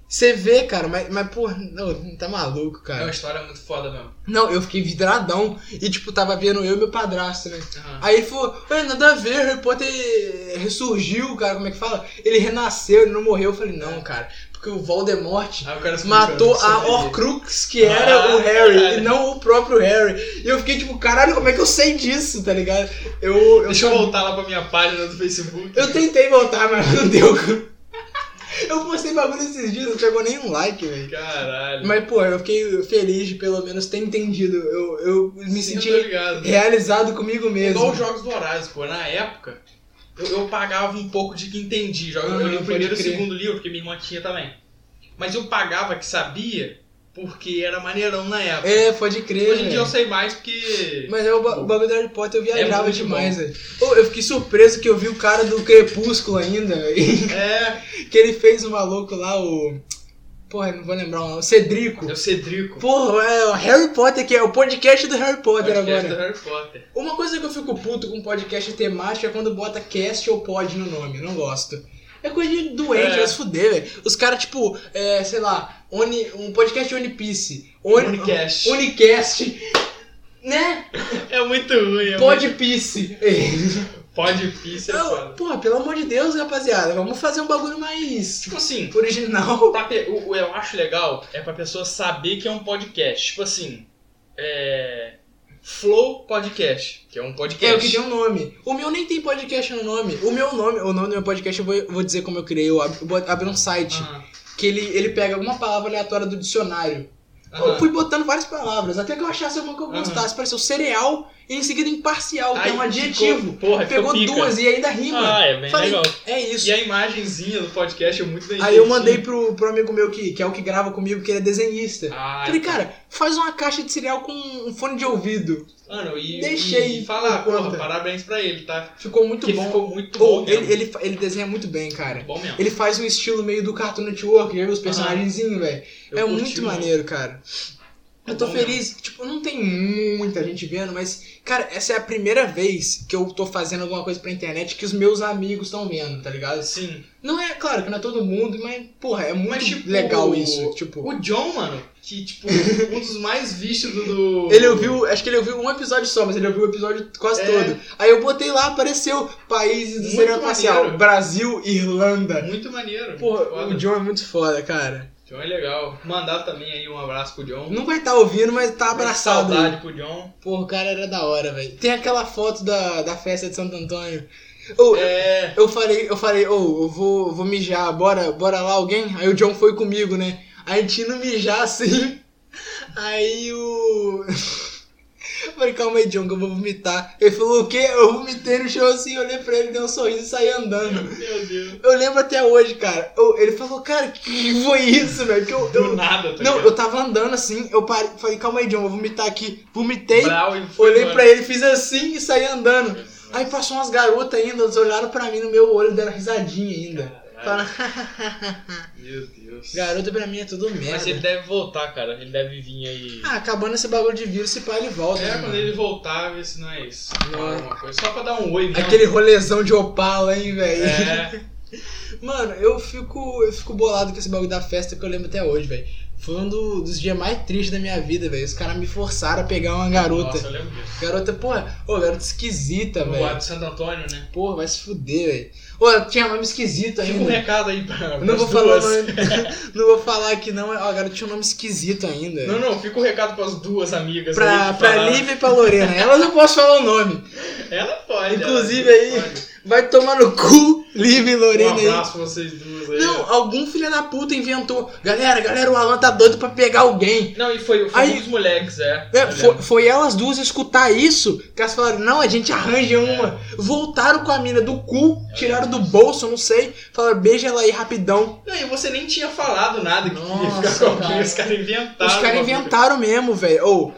Speaker 1: Você vê, cara, mas, mas pô, não, tá maluco,
Speaker 2: É uma
Speaker 1: cara.
Speaker 2: história muito foda mesmo.
Speaker 1: Não, eu fiquei vidradão e, tipo, tava vendo eu e meu padrasto, né?
Speaker 2: Aham.
Speaker 1: Aí ele falou, "Ué, nada a ver, Harry Potter ressurgiu, cara, como é que fala? Ele renasceu, ele não morreu. Eu falei, não, cara, porque o Voldemort
Speaker 2: Aí o cara se
Speaker 1: matou
Speaker 2: explicando,
Speaker 1: a
Speaker 2: isso aí.
Speaker 1: Horcrux, que era
Speaker 2: Ah,
Speaker 1: o Harry,
Speaker 2: cara.
Speaker 1: e não o próprio Harry. E eu fiquei tipo, caralho, como é que eu sei disso, tá ligado? Eu, eu,
Speaker 2: Deixa eu voltar lá pra minha página do Facebook.
Speaker 1: eu tentei voltar, mas não deu. Eu postei bagulho esses dias, não pegou nenhum like, velho.
Speaker 2: Caralho.
Speaker 1: Mas, pô, eu fiquei feliz de pelo menos ter entendido. Eu, eu me
Speaker 2: Sim, eu
Speaker 1: senti
Speaker 2: tô ligado.
Speaker 1: realizado comigo mesmo.
Speaker 2: Igual os jogos do Horácio, pô. Na época, eu, eu pagava um pouco de que entendi. Joga-
Speaker 1: Ah,
Speaker 2: eu li o
Speaker 1: pode
Speaker 2: primeiro e o
Speaker 1: crer.
Speaker 2: segundo livro, porque minha irmã tinha também. Mas eu pagava que sabia, porque era maneirão na época.
Speaker 1: É, pode crer.
Speaker 2: Hoje em dia
Speaker 1: velho.
Speaker 2: eu sei mais porque.
Speaker 1: Mas eu, o ba- o bagulho do Harry Potter eu viajava
Speaker 2: muito
Speaker 1: demais, velho. Ô, eu fiquei surpreso que eu vi o cara do Crepúsculo ainda, velho.
Speaker 2: É,
Speaker 1: que ele fez o maluco lá, o. Porra, não vou lembrar o nome. O Cedrico.
Speaker 2: é o Cedrico.
Speaker 1: Porra, é o Harry Potter, que é o podcast do Harry Potter agora.
Speaker 2: podcast do Harry Potter.
Speaker 1: Uma coisa que eu fico puto com podcast temático é quando bota cast ou pod no nome, eu não gosto. É coisa de doente,
Speaker 2: É.
Speaker 1: vai se fuder, velho. Os caras, tipo, é, sei lá, Oni- um podcast de One Piece. Oni-
Speaker 2: Unicast.
Speaker 1: Unicast. Né?
Speaker 2: É muito ruim, é
Speaker 1: Pod Piece.
Speaker 2: muito... Pode pizza, é
Speaker 1: Eu-
Speaker 2: foda.
Speaker 1: Porra, pelo amor de Deus, rapaziada, vamos fazer um bagulho mais
Speaker 2: Tipo assim,
Speaker 1: original.
Speaker 2: pra pe- o, o eu acho legal é pra pessoa saber que é um podcast. Tipo assim, é... Flow Podcast, que é um podcast.
Speaker 1: É, o que tem um nome. O meu nem tem podcast no nome. O meu nome, o nome do meu podcast, eu vou, eu vou dizer como eu criei. Eu ab- eu vou abrir um site.
Speaker 2: Ah,
Speaker 1: que ele, ele pega alguma palavra aleatória do dicionário. Eu
Speaker 2: ah.
Speaker 1: fui botando várias palavras, até que eu achasse alguma que eu
Speaker 2: Aham.
Speaker 1: gostasse. Pareceu cereal e em seguida imparcial, que
Speaker 2: Aí
Speaker 1: é um
Speaker 2: ficou-
Speaker 1: adjetivo.
Speaker 2: porra, ficou
Speaker 1: Pegou
Speaker 2: pica.
Speaker 1: duas e ainda rima.
Speaker 2: Ah, é bem
Speaker 1: Falei,
Speaker 2: legal.
Speaker 1: É isso.
Speaker 2: E a imagenzinha do podcast é muito bem
Speaker 1: Aí eu
Speaker 2: feitinha.
Speaker 1: mandei pro, pro amigo meu, que, que é o que grava comigo, que ele é desenhista.
Speaker 2: Ah,
Speaker 1: Falei, cara, faz uma caixa de cereal com um fone de ouvido.
Speaker 2: mano, e,
Speaker 1: deixei
Speaker 2: e falar,
Speaker 1: por
Speaker 2: porra,
Speaker 1: conta.
Speaker 2: parabéns pra ele, tá?
Speaker 1: Ficou muito
Speaker 2: Porque
Speaker 1: bom.
Speaker 2: ficou muito
Speaker 1: Pô,
Speaker 2: bom
Speaker 1: ele,
Speaker 2: mesmo.
Speaker 1: ele, fa- ele desenha muito bem, cara.
Speaker 2: Bom mesmo.
Speaker 1: Ele faz um estilo meio do Cartoon Network, né? os personagenzinhos, velho.
Speaker 2: Eu
Speaker 1: é
Speaker 2: curti
Speaker 1: muito maneiro, cara. Eu tô
Speaker 2: Bom
Speaker 1: feliz, tipo, não tem muita gente vendo, mas, cara, essa é a primeira vez que eu tô fazendo alguma coisa pra internet que os meus amigos estão vendo, tá ligado?
Speaker 2: Sim.
Speaker 1: Não é, claro, que não é todo mundo, mas, porra, é muito
Speaker 2: Mas, tipo,
Speaker 1: legal isso. Tipo,
Speaker 2: O John, mano, que, tipo, um dos mais vistos do. do-
Speaker 1: ele ouviu, acho que ele ouviu um episódio só, mas ele ouviu o episódio quase
Speaker 2: É.
Speaker 1: todo. Aí eu botei lá, apareceu países do
Speaker 2: Muito
Speaker 1: cenário parcial:
Speaker 2: maneiro.
Speaker 1: Brasil, Irlanda.
Speaker 2: Muito maneiro.
Speaker 1: Porra,
Speaker 2: muito foda.
Speaker 1: o John é muito foda, cara.
Speaker 2: John é legal. Mandar também aí um abraço pro John.
Speaker 1: Não vai estar tá ouvindo, mas tá abraçado. aí.
Speaker 2: Saudade pro John.
Speaker 1: Porra, o cara era da hora, velho. Tem aquela foto da, da festa de Santo Antônio. Ô,
Speaker 2: É.
Speaker 1: Eu falei, eu falei, ô, eu vou, vou mijar, bora, bora lá alguém? Aí o John foi comigo, né? A gente indo mijar assim. Aí o. Eu falei, calma aí, John, que eu vou vomitar. Ele falou, o quê? Eu vomitei no chão assim, olhei pra ele, dei um sorriso e saí andando.
Speaker 2: Meu Deus.
Speaker 1: Eu lembro até hoje, cara. Eu- ele falou, cara, que foi isso, velho? Que eu,
Speaker 2: Do
Speaker 1: eu-
Speaker 2: nada, tá
Speaker 1: Não,
Speaker 2: ligado?
Speaker 1: eu tava andando assim, eu parei, falei, calma aí, John, eu vou vomitar aqui. Vomitei,
Speaker 2: Brau e foi
Speaker 1: Olhei
Speaker 2: embora.
Speaker 1: pra ele, fiz assim e saí andando. Aí passou umas garotas ainda, elas olharam pra mim no meu olho, deram risadinha ainda.
Speaker 2: Caralho,
Speaker 1: Falaram,
Speaker 2: Meu Deus.
Speaker 1: garota pra mim é tudo
Speaker 2: Mas ele
Speaker 1: merda.
Speaker 2: deve voltar, cara. Ele deve vir aí.
Speaker 1: Ah, acabando esse bagulho de vírus, se pá, ele volta. né,
Speaker 2: É, quando
Speaker 1: mano?
Speaker 2: ele voltar, ver se não é isso.
Speaker 1: Não.
Speaker 2: Alguma coisa. Só pra dar um oi, mesmo.
Speaker 1: Aquele rolezão de opala, hein, velho.
Speaker 2: É.
Speaker 1: Mano, eu fico, eu fico bolado com esse bagulho da festa que eu lembro até hoje, velho. Foi um do- dos dias mais tristes da minha vida, velho. Os caras me forçaram a pegar uma garota.
Speaker 2: Nossa, eu lembro disso.
Speaker 1: Garota, porra, ô, garota esquisita,
Speaker 2: O
Speaker 1: velho.
Speaker 2: de Santo Antônio, né?
Speaker 1: Porra, vai se fuder, velho. Ô, tinha nome esquisito
Speaker 2: Fica um
Speaker 1: ainda.
Speaker 2: recado aí pra.
Speaker 1: Eu Não
Speaker 2: pras
Speaker 1: vou falar o
Speaker 2: duas.
Speaker 1: nome. não vou falar aqui não. Ó, agora tinha um nome esquisito ainda.
Speaker 2: Não, não, fica o recado pras duas amigas aí.
Speaker 1: pra
Speaker 2: que
Speaker 1: pra
Speaker 2: falaram.
Speaker 1: Lívia e pra Lorena. Elas eu posso falar o nome.
Speaker 2: Ela pode.
Speaker 1: Inclusive
Speaker 2: ela
Speaker 1: aí, Vai tomar no cu, Lívia e
Speaker 2: Pode. Um
Speaker 1: Lorena aí.
Speaker 2: abraço pra vocês duas aí.
Speaker 1: Não, algum filho da puta inventou. Galera, galera, o Alan tá doido pra pegar alguém.
Speaker 2: Não, e foi, foi
Speaker 1: Aí-
Speaker 2: um dos moleques, é.
Speaker 1: É,
Speaker 2: Eu
Speaker 1: foi,
Speaker 2: lembro.
Speaker 1: foi elas duas escutar isso que elas falaram: não, a gente
Speaker 2: É.
Speaker 1: arranja uma. Voltaram com a mina do cu, tiraram do bolso, não sei. Falaram: beija ela aí rapidão.
Speaker 2: Não, e você nem tinha falado nada que
Speaker 1: Nossa,
Speaker 2: queria ficar com alguém.
Speaker 1: cara.
Speaker 2: Os caras inventaram.
Speaker 1: Os caras
Speaker 2: uma-
Speaker 1: inventaram mesmo, velho. Ou,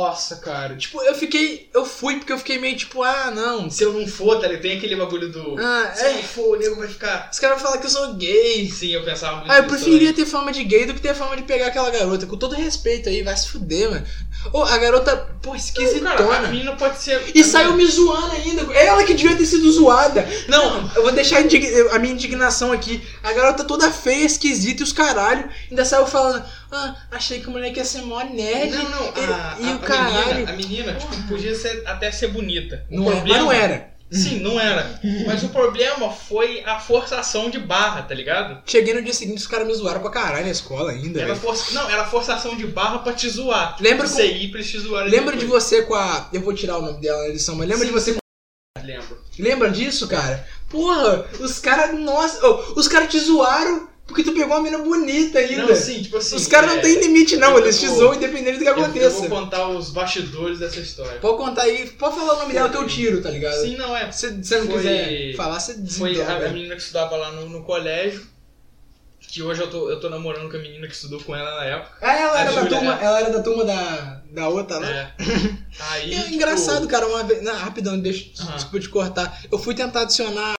Speaker 1: Nossa, cara. Tipo, eu fiquei. Eu fui porque eu fiquei meio tipo, ah, não.
Speaker 2: Se eu não for, tá ligado? Tem aquele bagulho do.
Speaker 1: Ah,
Speaker 2: Se eu
Speaker 1: é.
Speaker 2: não for, o nego vai ficar.
Speaker 1: Os caras falam que eu sou gay.
Speaker 2: Sim, eu pensava muito
Speaker 1: Ah, eu
Speaker 2: nisso
Speaker 1: preferia ter fama de gay do que ter fama de pegar aquela garota. Com todo respeito aí, vai se fuder, mano. Ô, a garota, pô,
Speaker 2: também.
Speaker 1: esquisitona.
Speaker 2: Cara, a menina pode ser.
Speaker 1: E saiu me zoando ainda. Ela que devia ter sido zoada. Não, eu vou deixar indig- a minha indignação aqui. A garota toda feia, esquisita e os caralho. Ainda saiu falando: Ah, achei que o moleque ia ser mó nerd.
Speaker 2: Não, não, a,
Speaker 1: E-
Speaker 2: a-
Speaker 1: e o
Speaker 2: a
Speaker 1: caralho?
Speaker 2: menina, a menina tipo, podia ser, até ser bonita. O
Speaker 1: Não, é, mas não era.
Speaker 2: Sim, não era. Mas o problema foi a forçação de barra, tá ligado?
Speaker 1: Cheguei no dia seguinte, os caras me zoaram pra caralho na escola ainda.
Speaker 2: Era
Speaker 1: velho.
Speaker 2: força, não, era forçação de barra pra te zoar.
Speaker 1: Lembra
Speaker 2: Pra você ir pra eles te zoarem
Speaker 1: Lembra de
Speaker 2: depois.
Speaker 1: você com a. Eu vou tirar o nome dela na edição, mas lembra de
Speaker 2: Sim,
Speaker 1: você
Speaker 2: Lembro.
Speaker 1: Lembra disso, cara? Porra, os caras, nossa, ô, os caras te zoaram porque tu pegou uma menina bonita ainda.
Speaker 2: Não, sim, tipo assim.
Speaker 1: os caras não
Speaker 2: é,
Speaker 1: têm limite, não,
Speaker 2: eu
Speaker 1: eles te
Speaker 2: vou-
Speaker 1: zoam independente do que
Speaker 2: eu-
Speaker 1: aconteça.
Speaker 2: Eu vou contar os bastidores dessa história.
Speaker 1: Pode contar aí, pode falar o nome dela que eu tiro, tá ligado?
Speaker 2: Sim, não, é.
Speaker 1: Se você não
Speaker 2: Foi-
Speaker 1: quiser falar, você
Speaker 2: Foi a, a
Speaker 1: desendobra.
Speaker 2: menina que estudava lá no, no colégio. Que hoje eu tô, eu tô namorando com a menina que estudou com ela na época.
Speaker 1: Ah, ela
Speaker 2: a
Speaker 1: era, da
Speaker 2: Júlia,
Speaker 1: turma,
Speaker 2: né?
Speaker 1: ela era da turma da, da outra lá.
Speaker 2: É. Aí.
Speaker 1: E é
Speaker 2: tipo,
Speaker 1: engraçado, cara, uma vez. Não, rapidão, deixa,
Speaker 2: Aham.
Speaker 1: desculpa te cortar. Eu fui tentar adicionar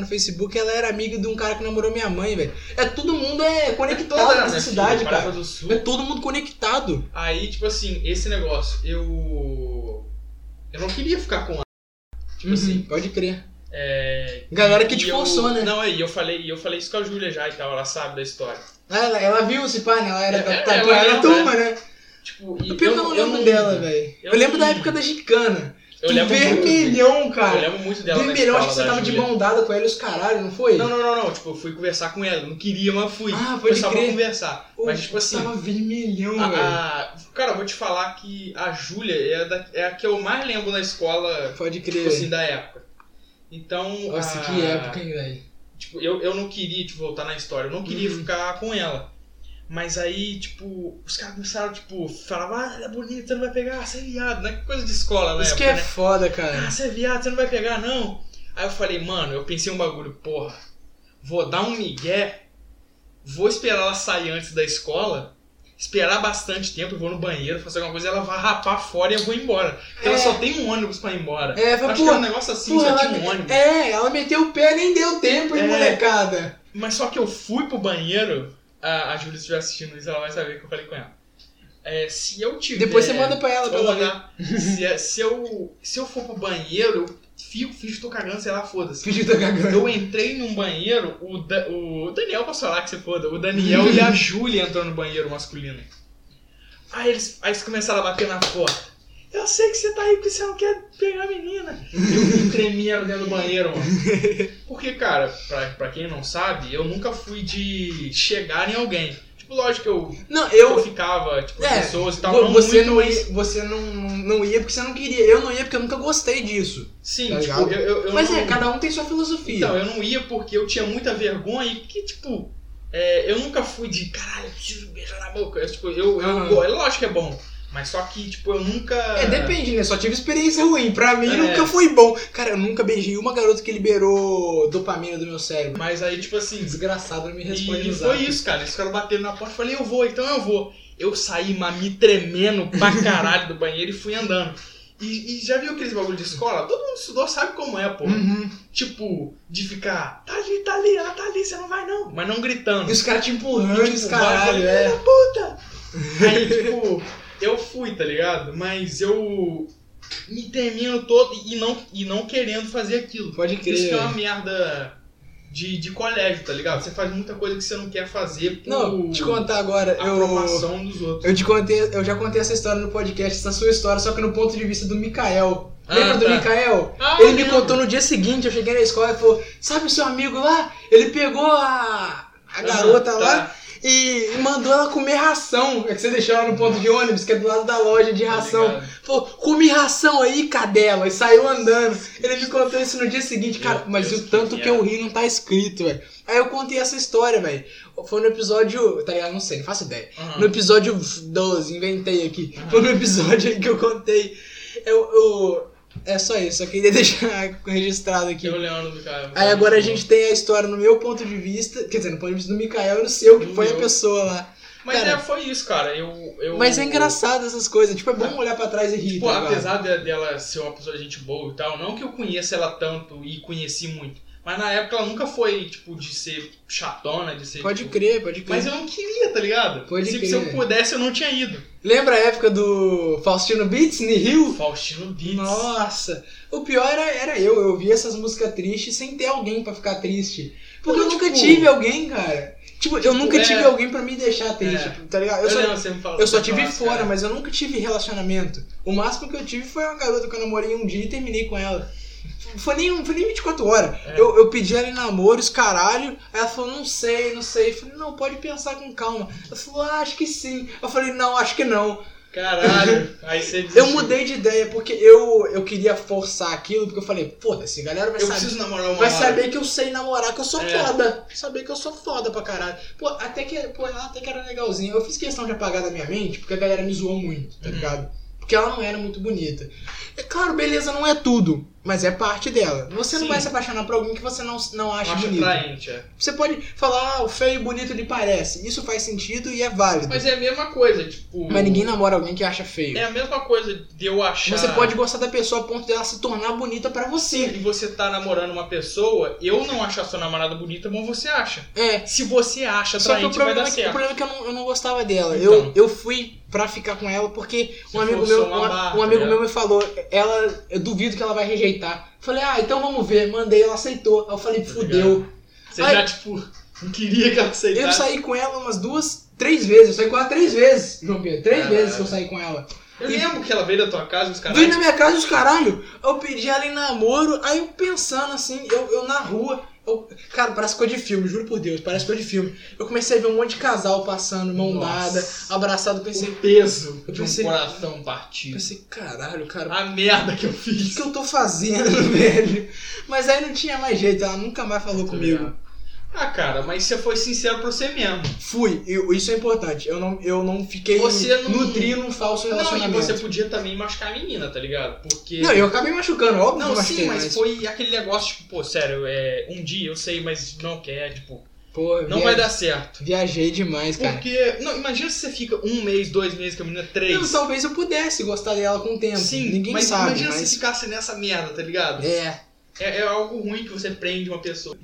Speaker 1: no Facebook, ela era amiga de um cara que namorou minha mãe, velho. É todo mundo é conectado
Speaker 2: toda né,
Speaker 1: nessa cidade, cara.
Speaker 2: Do Sul.
Speaker 1: É todo mundo conectado.
Speaker 2: Aí, tipo assim, esse negócio, eu. Eu não queria ficar com ela. Tipo
Speaker 1: Uhum.
Speaker 2: assim.
Speaker 1: Pode crer.
Speaker 2: É,
Speaker 1: Galera que
Speaker 2: e
Speaker 1: te
Speaker 2: eu-
Speaker 1: forçou, né?
Speaker 2: Não, aí eu falei, e eu falei isso com a Júlia já e tal, ela sabe da história.
Speaker 1: Ela, ela viu esse pá, né? Ela era
Speaker 2: É,
Speaker 1: da
Speaker 2: é,
Speaker 1: tá,
Speaker 2: ela
Speaker 1: ela era
Speaker 2: lembra,
Speaker 1: turma, né?
Speaker 2: Tipo, e
Speaker 1: Eu, eu não lembro dela, velho. Eu,
Speaker 2: eu
Speaker 1: lembro da
Speaker 2: não-
Speaker 1: época da gincana.
Speaker 2: Eu
Speaker 1: do
Speaker 2: lembro muito,
Speaker 1: vermelhão,
Speaker 2: eu
Speaker 1: cara.
Speaker 2: lembro muito dela. na
Speaker 1: Vermelhão, acho é que você
Speaker 2: escola da
Speaker 1: tava de
Speaker 2: Júlia.
Speaker 1: mão dada com ela e os caralho, não foi?
Speaker 2: Não, não, não, não. Tipo, eu fui conversar com ela. eu Não queria, mas fui.
Speaker 1: Ah,
Speaker 2: foi
Speaker 1: pode
Speaker 2: só
Speaker 1: crer.
Speaker 2: pra conversar.
Speaker 1: Ô,
Speaker 2: Mas, tipo assim.
Speaker 1: Tava vermelhão, velho.
Speaker 2: a- a- Cara, eu vou te falar que a Júlia é, a da- é a que eu mais lembro na escola,
Speaker 1: Pode
Speaker 2: tipo
Speaker 1: crer.
Speaker 2: assim, da época. Então.
Speaker 1: Nossa,
Speaker 2: a-
Speaker 1: que época, hein, velho.
Speaker 2: Tipo, eu, eu não queria, tipo, voltar na história, eu não queria
Speaker 1: Uhum.
Speaker 2: ficar com ela. Mas aí, tipo, os caras começaram, tipo, falavam, ah, ela é bonita, você não vai pegar, você é viado, né? Que coisa de escola, né?
Speaker 1: Isso que
Speaker 2: época,
Speaker 1: é
Speaker 2: né?
Speaker 1: foda,
Speaker 2: Ah,
Speaker 1: cara.
Speaker 2: você é viado, você não vai pegar, não. Aí eu falei, mano, eu pensei um bagulho, porra, vou dar um migué, vou esperar ela sair antes da escola, esperar bastante tempo, eu vou no banheiro, fazer alguma coisa, ela vai rapar fora e eu vou embora. Porque
Speaker 1: É.
Speaker 2: ela só tem um ônibus pra ir embora.
Speaker 1: É,
Speaker 2: Eu
Speaker 1: foi,
Speaker 2: Acho que era um
Speaker 1: pô.
Speaker 2: negócio assim,
Speaker 1: Porra,
Speaker 2: só
Speaker 1: ela,
Speaker 2: tinha um ônibus.
Speaker 1: é, ela meteu o pé nem deu tempo, hein,
Speaker 2: É.
Speaker 1: molecada.
Speaker 2: Mas só que eu fui pro banheiro, a, a Júlia estiver assistindo isso, ela vai saber que eu falei com ela. É, se eu tiver.
Speaker 1: Depois você manda pra ela, pra
Speaker 2: Vou
Speaker 1: ela ver.
Speaker 2: mandar. se, é, se, eu, se eu for pro banheiro, eu fico, fiz, tô cagando, sei lá, foda-se.
Speaker 1: Fingiu que tá cagando.
Speaker 2: Eu entrei num banheiro, o, Da- o Daniel, posso falar que você foda? O Daniel e a Júlia entrou no banheiro masculino. Aí eles, aí eles começaram a bater na porta. Eu sei que você tá aí porque você não quer pegar a menina. Eu me tremia dentro do banheiro, mano. Porque, cara, pra, pra quem não sabe, eu nunca fui de chegar em alguém. Tipo, lógico que eu,
Speaker 1: Não,
Speaker 2: eu
Speaker 1: eu,
Speaker 2: ficava, tipo,
Speaker 1: É,
Speaker 2: pessoas e tal.
Speaker 1: Vo-
Speaker 2: não
Speaker 1: você
Speaker 2: muito
Speaker 1: não
Speaker 2: isso.
Speaker 1: ia, você não, não não ia porque você não queria. Eu não ia porque eu nunca gostei disso.
Speaker 2: Sim,
Speaker 1: Tá
Speaker 2: tipo,
Speaker 1: ligado?
Speaker 2: eu, eu, eu
Speaker 1: Mas
Speaker 2: não...
Speaker 1: é, cada um tem sua filosofia.
Speaker 2: Então, eu não ia porque eu tinha muita vergonha e que, tipo, é, eu nunca fui de caralho, eu preciso beijar na boca. Eu, tipo, eu, eu,
Speaker 1: Aham.
Speaker 2: go- é lógico que é bom, mas só que, tipo, eu nunca.
Speaker 1: É, depende, né? Só tive experiência ruim. Pra mim
Speaker 2: É.
Speaker 1: nunca foi bom. Cara, eu nunca beijei uma garota que liberou dopamina do meu cérebro.
Speaker 2: Mas aí, tipo assim.
Speaker 1: Desgraçado, não me responde
Speaker 2: E
Speaker 1: no
Speaker 2: foi
Speaker 1: zap.
Speaker 2: isso, cara. Eles ficaram batendo na porta. Eu falei, eu vou, então eu vou. Eu saí, mas me tremendo pra caralho do banheiro e fui andando. E, e já viu aqueles bagulho de escola? Todo mundo estudou, sabe como é, pô.
Speaker 1: Uhum.
Speaker 2: Tipo, de ficar, tá ali, tá ali, ela tá ali, você não vai não. Mas não gritando.
Speaker 1: E os caras te empurrando,
Speaker 2: Tipo,
Speaker 1: os
Speaker 2: vai,
Speaker 1: caralho,
Speaker 2: vai,
Speaker 1: é.
Speaker 2: puta! Aí, tipo, eu fui, tá ligado? Mas eu me termino todo e não, e não querendo fazer aquilo.
Speaker 1: Pode crer.
Speaker 2: Isso que é uma merda de, de colégio, tá ligado? Você faz muita coisa que você não quer fazer por
Speaker 1: Não, te contar agora, eu.
Speaker 2: aprovação dos outros.
Speaker 1: Eu te contei, eu já contei essa história no podcast, essa sua história, só que no ponto de vista do Mikael.
Speaker 2: Ah,
Speaker 1: Lembra do
Speaker 2: tá.
Speaker 1: Mikael?
Speaker 2: Ah,
Speaker 1: Ele me
Speaker 2: lembro.
Speaker 1: contou no dia seguinte, eu cheguei na escola e falou, sabe o seu amigo lá? Ele pegou a, a garota
Speaker 2: Ah, tá.
Speaker 1: lá e mandou ela comer ração. É que você deixou ela no ponto de ônibus, que é do lado da loja de
Speaker 2: Tá
Speaker 1: ração.
Speaker 2: ligado?
Speaker 1: Falou, come ração aí, cadela, e saiu andando. Ele me contou isso no dia seguinte, cara,
Speaker 2: Meu
Speaker 1: mas
Speaker 2: Deus,
Speaker 1: o tanto
Speaker 2: que
Speaker 1: que eu ri não tá escrito, velho. Aí eu contei essa história, velho. Foi no episódio, tá ligado? Não sei, não faço ideia.
Speaker 2: Aham.
Speaker 1: No episódio 12, inventei aqui.
Speaker 2: Aham.
Speaker 1: Foi no episódio aí que eu contei. Eu, eu- É só isso, eu queria deixar registrado aqui.
Speaker 2: Eu, Leandro, do cara.
Speaker 1: Aí agora a gente tem a história no meu ponto de vista, quer dizer, no ponto de vista do Mikael e no seu, que
Speaker 2: Do
Speaker 1: foi a
Speaker 2: meu.
Speaker 1: pessoa lá.
Speaker 2: Mas
Speaker 1: Cara.
Speaker 2: é, foi isso, cara. Eu, eu,
Speaker 1: Mas é engraçado essas coisas. Tipo, é bom olhar pra trás e rir.
Speaker 2: Tipo,
Speaker 1: tá ligado?
Speaker 2: apesar de- dela ser uma pessoa de gente boa e tal, não que eu conheça ela tanto e conheci muito. Mas na época ela nunca foi, tipo, de ser chatona, de ser.
Speaker 1: Pode
Speaker 2: tipo,
Speaker 1: crer, pode crer.
Speaker 2: Mas eu não queria, tá ligado?
Speaker 1: Pode
Speaker 2: se,
Speaker 1: crer.
Speaker 2: se eu pudesse, eu não tinha ido.
Speaker 1: Lembra a época do Faustino Beats, Nihil?
Speaker 2: Faustino Beats.
Speaker 1: Nossa! O pior era, era eu, eu ouvia essas músicas tristes sem ter alguém pra ficar triste. Porque eu
Speaker 2: Não,
Speaker 1: nunca
Speaker 2: tipo-
Speaker 1: tive alguém, cara. Tipo, eu nunca
Speaker 2: é.
Speaker 1: tive alguém pra me deixar triste, tá ligado? Eu, só,
Speaker 2: lembro, você me fala-
Speaker 1: eu só
Speaker 2: você
Speaker 1: tive
Speaker 2: fala,
Speaker 1: fora,
Speaker 2: cara.
Speaker 1: mas eu nunca tive relacionamento. O máximo que eu tive foi uma garota que eu namorei um dia e terminei com ela. Foi nem, um- foi nem 24 horas.
Speaker 2: É.
Speaker 1: Eu, eu pedi ela em namoro, os caralho. Aí ela falou, não sei, não sei. Eu falei, não, pode pensar com calma. Ela falou, ah, acho que sim. Eu falei, não, acho que não.
Speaker 2: Caralho, aí você desistiu.
Speaker 1: Eu mudei de ideia porque eu, eu queria forçar aquilo, porque eu falei, foda-se, a galera vai
Speaker 2: Eu
Speaker 1: saber.
Speaker 2: preciso namorar uma
Speaker 1: Vai
Speaker 2: hora.
Speaker 1: saber que eu sei namorar, que eu sou
Speaker 2: É.
Speaker 1: foda. Saber que eu sou foda pra caralho. Pô, até que, pô, ela até que era legalzinha. Eu fiz questão de apagar da minha mente, porque a galera me zoou muito, tá
Speaker 2: Uhum.
Speaker 1: ligado? Porque ela não era muito bonita. É claro, beleza não é tudo, mas é parte dela. Você não
Speaker 2: Sim.
Speaker 1: vai se apaixonar por alguém que você não, não acha
Speaker 2: Acho
Speaker 1: bonito.
Speaker 2: atraente, é.
Speaker 1: Você pode falar, ah, o feio e bonito ele parece. Isso faz sentido e é válido. Mas,
Speaker 2: Mas é a mesma coisa, tipo.
Speaker 1: ninguém namora alguém que acha feio.
Speaker 2: É a mesma coisa de eu achar.
Speaker 1: Você pode gostar da pessoa a ponto dela se tornar bonita pra você.
Speaker 2: E você tá namorando uma pessoa, eu não achar sua namorada bonita, mas você acha.
Speaker 1: É.
Speaker 2: Se você acha
Speaker 1: Só que
Speaker 2: atraente,
Speaker 1: o
Speaker 2: vai
Speaker 1: problema,
Speaker 2: dar
Speaker 1: é que, o
Speaker 2: certo.
Speaker 1: problema é que eu não, eu não gostava dela.
Speaker 2: Então.
Speaker 1: Eu, eu fui pra ficar com ela porque
Speaker 2: Você
Speaker 1: um amigo,
Speaker 2: forçou
Speaker 1: meu,
Speaker 2: uma
Speaker 1: um-
Speaker 2: barra,
Speaker 1: um amigo
Speaker 2: né?
Speaker 1: meu me falou, ela, eu duvido que ela vai rejeitar. Falei, ah, então vamos ver. Mandei, ela aceitou. Aí eu falei,
Speaker 2: Tá
Speaker 1: fudeu.
Speaker 2: Você
Speaker 1: Ai.
Speaker 2: já, tipo, não queria que ela aceitasse.
Speaker 1: Eu saí com ela umas duas, três vezes. Eu saí com ela três vezes, João Pedro. Três
Speaker 2: Caralho.
Speaker 1: vezes que eu saí com ela.
Speaker 2: Eu lembro que ela veio da tua casa, os caras.
Speaker 1: Vim na minha casa os caralho. Eu pedi ela em namoro, aí eu pensando assim, eu, eu na rua. eu- cara, parece coisa de filme, juro por Deus, parece coisa de filme. Eu comecei a ver um monte de casal passando, mão dada,
Speaker 2: Nossa.
Speaker 1: abraçado, pensei.
Speaker 2: O peso
Speaker 1: Eu
Speaker 2: de um
Speaker 1: pensei-
Speaker 2: coração partido.
Speaker 1: Pensei, caralho, cara,
Speaker 2: A merda que eu
Speaker 1: o que,
Speaker 2: fiz.
Speaker 1: que eu tô fazendo, velho? Mas aí não tinha mais jeito, ela nunca mais falou comigo.
Speaker 2: Ah, cara, mas você foi sincero pra você mesmo.
Speaker 1: Fui, eu- isso é importante. Eu não, eu não fiquei
Speaker 2: Você não-
Speaker 1: nutrindo um falso
Speaker 2: Não, e
Speaker 1: relacionamento.
Speaker 2: você podia também machucar a menina, tá ligado? Porque.
Speaker 1: Não, eu acabei machucando, óbvio.
Speaker 2: Não,
Speaker 1: que eu machuquei,
Speaker 2: sim, mas foi aquele negócio, tipo, pô, sério, é um dia eu sei, mas não quer, tipo,
Speaker 1: Pô,
Speaker 2: não vai dar certo.
Speaker 1: Viajei demais, cara.
Speaker 2: Porque, não, imagina se você fica um mês, dois meses com a menina, três.
Speaker 1: Não, talvez eu pudesse gostar dela com o tempo.
Speaker 2: Sim,
Speaker 1: Ninguém
Speaker 2: mas
Speaker 1: sabe.
Speaker 2: imagina
Speaker 1: mas...
Speaker 2: se ficasse nessa merda, tá ligado?
Speaker 1: É.
Speaker 2: É, é algo ruim que você prende uma pessoa.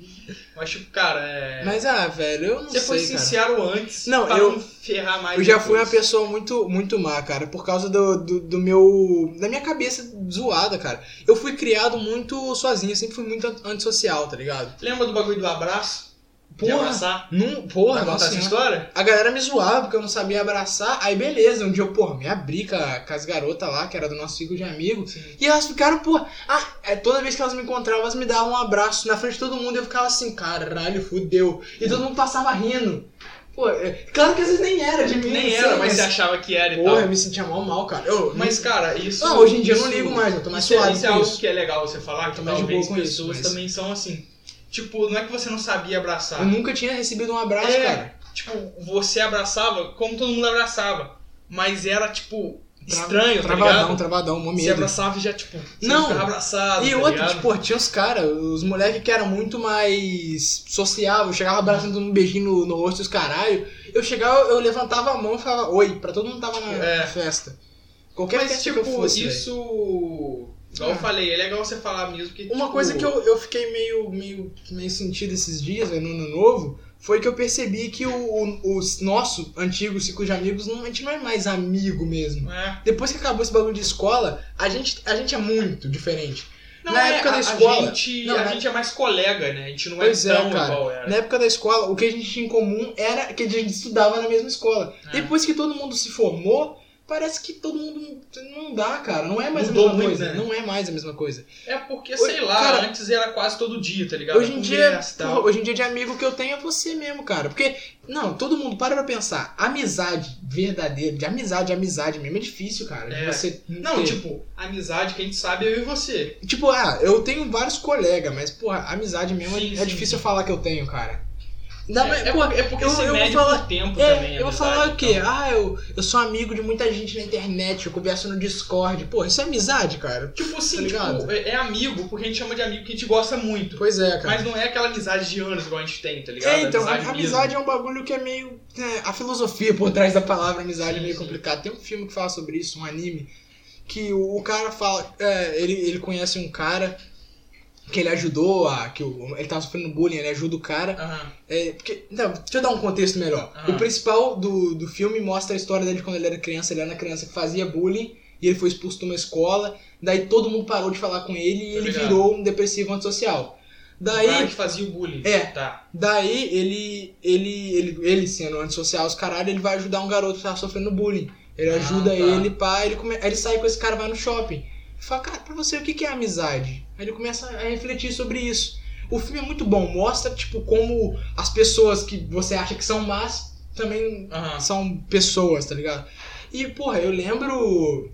Speaker 2: Mas, tipo, cara, é...
Speaker 1: Mas ah, velho, eu não
Speaker 2: você
Speaker 1: sei.
Speaker 2: foi
Speaker 1: cara.
Speaker 2: sincero antes
Speaker 1: Não,
Speaker 2: pra
Speaker 1: eu-
Speaker 2: não ferrar mais
Speaker 1: Eu já
Speaker 2: depois.
Speaker 1: fui uma pessoa muito, muito má, cara, por causa do, do, do meu. da minha cabeça zoada, cara. Eu fui criado muito sozinho, eu sempre fui muito an- antissocial, tá ligado?
Speaker 2: Lembra do bagulho do abraço? De
Speaker 1: Porra!
Speaker 2: abraçar?
Speaker 1: Não,
Speaker 2: Vai
Speaker 1: porra,
Speaker 2: contar
Speaker 1: nossa
Speaker 2: essa
Speaker 1: senhora.
Speaker 2: história?
Speaker 1: A galera me zoava porque eu não sabia abraçar. Aí beleza, um dia eu, porra, me abri com, a- com as garotas lá, que era do nosso ciclo de amigo.
Speaker 2: Sim.
Speaker 1: E elas ficaram, porra. Ah, é, toda vez que elas me encontravam, elas me davam um abraço na frente de todo mundo. Eu ficava assim, caralho, fudeu. E todo mundo passava rindo. Pô, é, claro que às vezes nem era de mim.
Speaker 2: Nem
Speaker 1: sei,
Speaker 2: era, mas você achava que era e
Speaker 1: Porra, eu
Speaker 2: tal.
Speaker 1: me sentia mal, mal, cara. Eu,
Speaker 2: Mas, cara, isso...
Speaker 1: Hum. não, hoje em dia eu não
Speaker 2: isso-
Speaker 1: ligo mais, eu tô mais
Speaker 2: isso é-
Speaker 1: suave
Speaker 2: Isso é
Speaker 1: com
Speaker 2: algo
Speaker 1: isso.
Speaker 2: que é legal você falar, que
Speaker 1: Tô mais de
Speaker 2: talvez
Speaker 1: boa com
Speaker 2: pessoas
Speaker 1: isso, mas-
Speaker 2: também são assim. Tipo, não é que você não sabia abraçar.
Speaker 1: Eu nunca tinha recebido um abraço,
Speaker 2: É.
Speaker 1: cara.
Speaker 2: tipo, você abraçava como todo mundo abraçava. Mas era, tipo,
Speaker 1: Tra-
Speaker 2: estranho, tá
Speaker 1: Travadão,
Speaker 2: ligado?
Speaker 1: travadão, mó
Speaker 2: Você
Speaker 1: medo.
Speaker 2: abraçava e já, tipo, você
Speaker 1: Não.
Speaker 2: ficava abraçado.
Speaker 1: E
Speaker 2: tá
Speaker 1: outro,
Speaker 2: ligado?
Speaker 1: tipo, tinha os caras, os moleques que eram muito mais sociáveis, chegava abraçando um beijinho no, no rosto e os caralho. Eu chegava, eu levantava a mão e falava oi, pra todo mundo que tava na
Speaker 2: É.
Speaker 1: festa. Qualquer
Speaker 2: Mas,
Speaker 1: festa
Speaker 2: tipo,
Speaker 1: que eu fosse. velho.
Speaker 2: isso. Igual eu
Speaker 1: Ah.
Speaker 2: falei, é legal você falar mesmo que.
Speaker 1: Uma
Speaker 2: tipo,
Speaker 1: coisa que eu, eu fiquei meio, meio, meio sentido esses dias, velho, no ano novo, foi que eu percebi que o, o, o nosso antigo ciclo de amigos, não, a gente não é mais amigo mesmo.
Speaker 2: É.
Speaker 1: Depois que acabou esse bagulho de escola, a gente, a gente é muito diferente.
Speaker 2: Não,
Speaker 1: Na
Speaker 2: é,
Speaker 1: época da
Speaker 2: a- A
Speaker 1: escola-
Speaker 2: gente,
Speaker 1: Não,
Speaker 2: a
Speaker 1: na-
Speaker 2: gente é mais colega, né? A gente não
Speaker 1: Pois
Speaker 2: é
Speaker 1: é,
Speaker 2: tão
Speaker 1: cara.
Speaker 2: igual era.
Speaker 1: Na época da escola, o que a gente tinha em comum era que a gente estudava na mesma escola.
Speaker 2: É.
Speaker 1: Depois que todo mundo se formou, parece que todo mundo não dá, cara. Não é mais
Speaker 2: Mudou
Speaker 1: a mesma
Speaker 2: muito,
Speaker 1: coisa.
Speaker 2: né?
Speaker 1: Não é mais a mesma coisa.
Speaker 2: É porque,
Speaker 1: Hoje-
Speaker 2: sei lá,
Speaker 1: cara,
Speaker 2: antes era quase todo dia, tá ligado?
Speaker 1: hoje em dia,
Speaker 2: Conversa e
Speaker 1: porra,
Speaker 2: tal.
Speaker 1: hoje em dia de amigo que eu tenho é você mesmo, cara. Porque, não, todo mundo para pra pensar. Amizade verdadeira, de amizade, de amizade mesmo, é difícil, cara. de
Speaker 2: É.
Speaker 1: Você
Speaker 2: Não,
Speaker 1: ter.
Speaker 2: tipo, amizade que a gente sabe é eu e você.
Speaker 1: Tipo, ah, eu tenho vários colegas, mas, porra, amizade mesmo é-
Speaker 2: Sim,
Speaker 1: é
Speaker 2: sim.
Speaker 1: difícil eu falar que eu tenho, cara. Não,
Speaker 2: é,
Speaker 1: mas,
Speaker 2: é
Speaker 1: pô,
Speaker 2: porque- é porque
Speaker 1: eu,
Speaker 2: se
Speaker 1: eu vou
Speaker 2: mede
Speaker 1: falar.
Speaker 2: por tempo
Speaker 1: é,
Speaker 2: também.
Speaker 1: eu vou
Speaker 2: amizade,
Speaker 1: falar o quê?
Speaker 2: então.
Speaker 1: Ah, eu, eu sou amigo de muita gente na internet, eu converso no Discord. Pô, isso é amizade, cara.
Speaker 2: Tipo
Speaker 1: Tá
Speaker 2: assim,
Speaker 1: ligado?
Speaker 2: tipo, é é amigo, porque a gente chama de amigo que a gente gosta muito.
Speaker 1: Pois é, cara.
Speaker 2: Mas não é aquela amizade de anos igual a gente tem, tá ligado?
Speaker 1: É, então, a- a
Speaker 2: mesmo.
Speaker 1: amizade, é um bagulho que é meio. né, a filosofia por trás da palavra amizade é
Speaker 2: Sim,
Speaker 1: meio
Speaker 2: sim.
Speaker 1: complicado. Tem um filme que fala sobre isso, um anime, que o, o cara fala. é, ele, ele conhece um cara que ele ajudou a. que o- ele tava sofrendo bullying, ele ajuda o cara.
Speaker 2: Aham.
Speaker 1: É, porque, não, deixa eu dar um contexto melhor.
Speaker 2: Ah.
Speaker 1: O principal do, do filme mostra a história dele quando ele era criança. Ele era uma criança que fazia bullying e ele foi expulso de uma escola. Daí todo mundo parou de falar com ele e
Speaker 2: Tô
Speaker 1: ele
Speaker 2: ligado.
Speaker 1: virou um depressivo antissocial. Daí.
Speaker 2: O cara que fazia o bullying.
Speaker 1: É.
Speaker 2: Tá.
Speaker 1: Daí ele, ele, ele, ele sendo um antissocial, os caralho, ele vai ajudar um garoto que tá sofrendo bullying. Ele
Speaker 2: Ah,
Speaker 1: ajuda
Speaker 2: tá.
Speaker 1: ele, pá, ele come... aí ele sai com esse cara, vai no shopping. Fala, cara, pra você o que que é amizade? Aí ele começa a refletir sobre isso. O filme é muito bom, mostra, tipo, como as pessoas que você acha que são más também
Speaker 2: Aham.
Speaker 1: são pessoas, tá ligado? E, porra, eu lembro.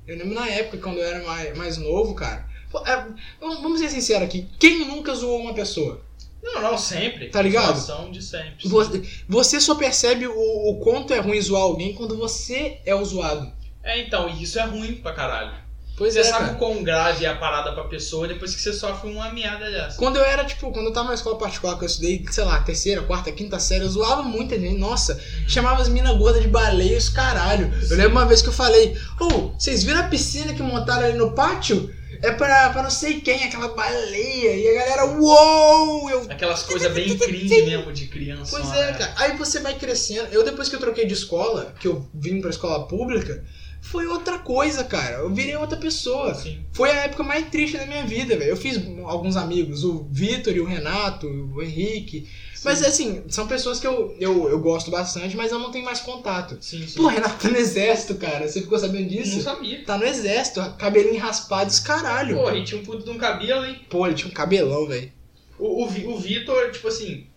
Speaker 1: Eu lembro na época, quando eu era mais, mais novo, cara. Pô, é, vamos vamos ser sinceros aqui. Quem nunca zoou uma pessoa?
Speaker 2: Não, não, sempre.
Speaker 1: Tá ligado?
Speaker 2: Situação de sempre.
Speaker 1: Você, você só percebe o, o quanto é ruim zoar alguém quando você é o zoado.
Speaker 2: É, então, e isso é ruim pra caralho.
Speaker 1: Pois
Speaker 2: Você
Speaker 1: é,
Speaker 2: sabe o
Speaker 1: cara.
Speaker 2: quão grave é a parada pra pessoa depois que você sofre uma meada dessa.
Speaker 1: Quando eu era, tipo, quando eu tava na escola particular que eu estudei, sei lá, terceira, quarta, quinta série, eu zoava muita gente. Nossa, chamava as minas gordas de baleia, os caralho.
Speaker 2: Sim.
Speaker 1: Eu lembro uma vez que eu falei, ô, vocês viram a piscina que montaram ali no pátio? É pra, pra não sei quem, aquela baleia. E a galera, uou! Eu
Speaker 2: Aquelas coisas bem cringe mesmo de criança.
Speaker 1: Pois
Speaker 2: né?
Speaker 1: é, cara. Aí você vai crescendo. Eu, depois que eu troquei de escola, que eu vim pra escola pública, foi outra coisa, cara. Eu virei outra pessoa.
Speaker 2: Assim.
Speaker 1: Foi a época mais triste da minha vida, velho. Eu fiz alguns amigos, o Vitor e o Renato, o Henrique. Mas, assim, são pessoas que eu, eu, eu gosto bastante, mas eu não tenho mais contato.
Speaker 2: Sim, sim.
Speaker 1: Pô, o Renato tá no exército, cara. Você ficou sabendo
Speaker 2: não
Speaker 1: disso?
Speaker 2: sabia.
Speaker 1: Tá no exército, cabelinho raspado, os caralho.
Speaker 2: Pô, e tinha um puto de um cabelo, hein?
Speaker 1: Pô, ele tinha um cabelão, velho.
Speaker 2: O, o, Vi- o Vitor, tipo assim,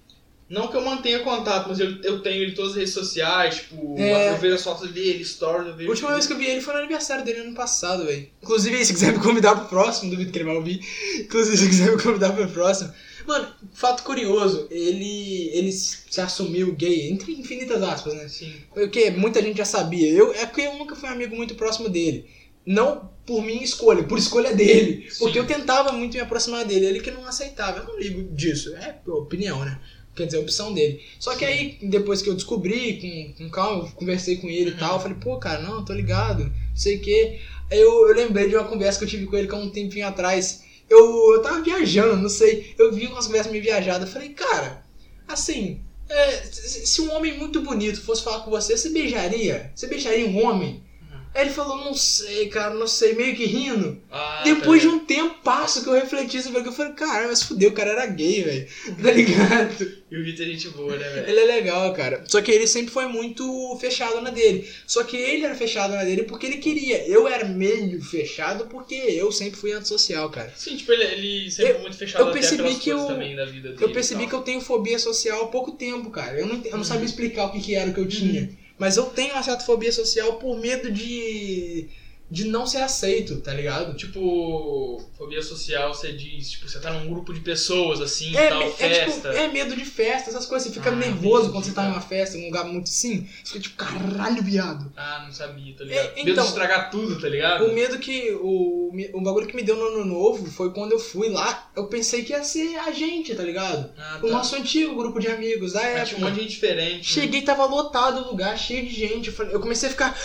Speaker 2: não que eu mantenha contato, mas eu, eu tenho ele em todas as redes sociais, tipo,
Speaker 1: É.
Speaker 2: eu vejo as fotos dele, stories, eu
Speaker 1: A
Speaker 2: vejo.
Speaker 1: última vez que eu vi ele foi no aniversário dele ano passado, velho. Inclusive, aí, se quiser me convidar pro próximo, duvido que ele vai ouvir. Inclusive, se quiser me convidar pro próximo. Mano, fato curioso, ele, ele se assumiu gay, entre infinitas aspas, né?
Speaker 2: Sim.
Speaker 1: O que muita gente já sabia. Eu, é que eu nunca fui um amigo muito próximo dele. Não por minha escolha, por escolha dele.
Speaker 2: Sim.
Speaker 1: Porque eu tentava muito me aproximar dele, ele que não aceitava. Eu não ligo disso, é opinião, né? Quer dizer, opção dele. Só que
Speaker 2: Sim.
Speaker 1: aí, depois que eu descobri, com, com calma, eu conversei com ele e
Speaker 2: Uhum.
Speaker 1: tal, eu falei, pô, cara, não, tô ligado, não sei o quê. Aí eu, eu lembrei de uma conversa que eu tive com ele há um tempinho atrás. Eu, eu tava viajando, não sei. Eu vi umas conversas meio viajadas. Eu falei, cara, assim, é, se se um homem muito bonito fosse falar com você, você beijaria? Você beijaria um homem?
Speaker 2: Uhum.
Speaker 1: Aí ele falou, não sei, cara, não sei, meio que rindo.
Speaker 2: Ah,
Speaker 1: Depois de
Speaker 2: tá
Speaker 1: um tempo passo que eu refleti sobre aquilo, eu falei, cara, mas fudeu, o cara era gay, velho. Tá ligado?
Speaker 2: ligado. E o Vitor é gente boa, né, velho?
Speaker 1: Ele é legal, cara. Só que ele sempre foi muito fechado na dele. Só que ele era fechado na dele porque ele queria. Eu era meio fechado porque eu sempre fui antissocial, cara.
Speaker 2: Sim, tipo, ele, ele sempre
Speaker 1: Eu-
Speaker 2: foi muito fechado
Speaker 1: eu percebi
Speaker 2: até pelas
Speaker 1: que
Speaker 2: coisas
Speaker 1: eu-
Speaker 2: também da vida dele.
Speaker 1: Eu percebi que eu tenho fobia social há pouco tempo, cara. Eu não, ent- eu não
Speaker 2: Uhum.
Speaker 1: sabia explicar o que, que era o que eu tinha. Mas eu tenho uma certa fobia social por medo de. de não ser aceito, tá ligado?
Speaker 2: Tipo, fobia social, você diz, tipo, você tá num grupo de pessoas, assim,
Speaker 1: É,
Speaker 2: tal,
Speaker 1: me- é,
Speaker 2: festa.
Speaker 1: tipo, é medo de festa, essas coisas. Você fica
Speaker 2: Ah,
Speaker 1: nervoso
Speaker 2: entendi,
Speaker 1: quando você tá
Speaker 2: cara.
Speaker 1: numa festa, num lugar muito assim. Você fica tipo, caralho, viado.
Speaker 2: Ah, não sabia, tá ligado?
Speaker 1: É,
Speaker 2: Medo
Speaker 1: então-
Speaker 2: de estragar tudo, tá ligado?
Speaker 1: O medo que. O, o bagulho que me deu no ano novo foi quando eu fui lá, eu pensei que ia ser a gente, tá ligado?
Speaker 2: Ah, tá.
Speaker 1: O nosso antigo grupo de amigos da
Speaker 2: Ah, tinha um monte
Speaker 1: época.
Speaker 2: de gente diferente.
Speaker 1: Cheguei, tava lotado o lugar, cheio de gente. Eu, falei- eu comecei a ficar.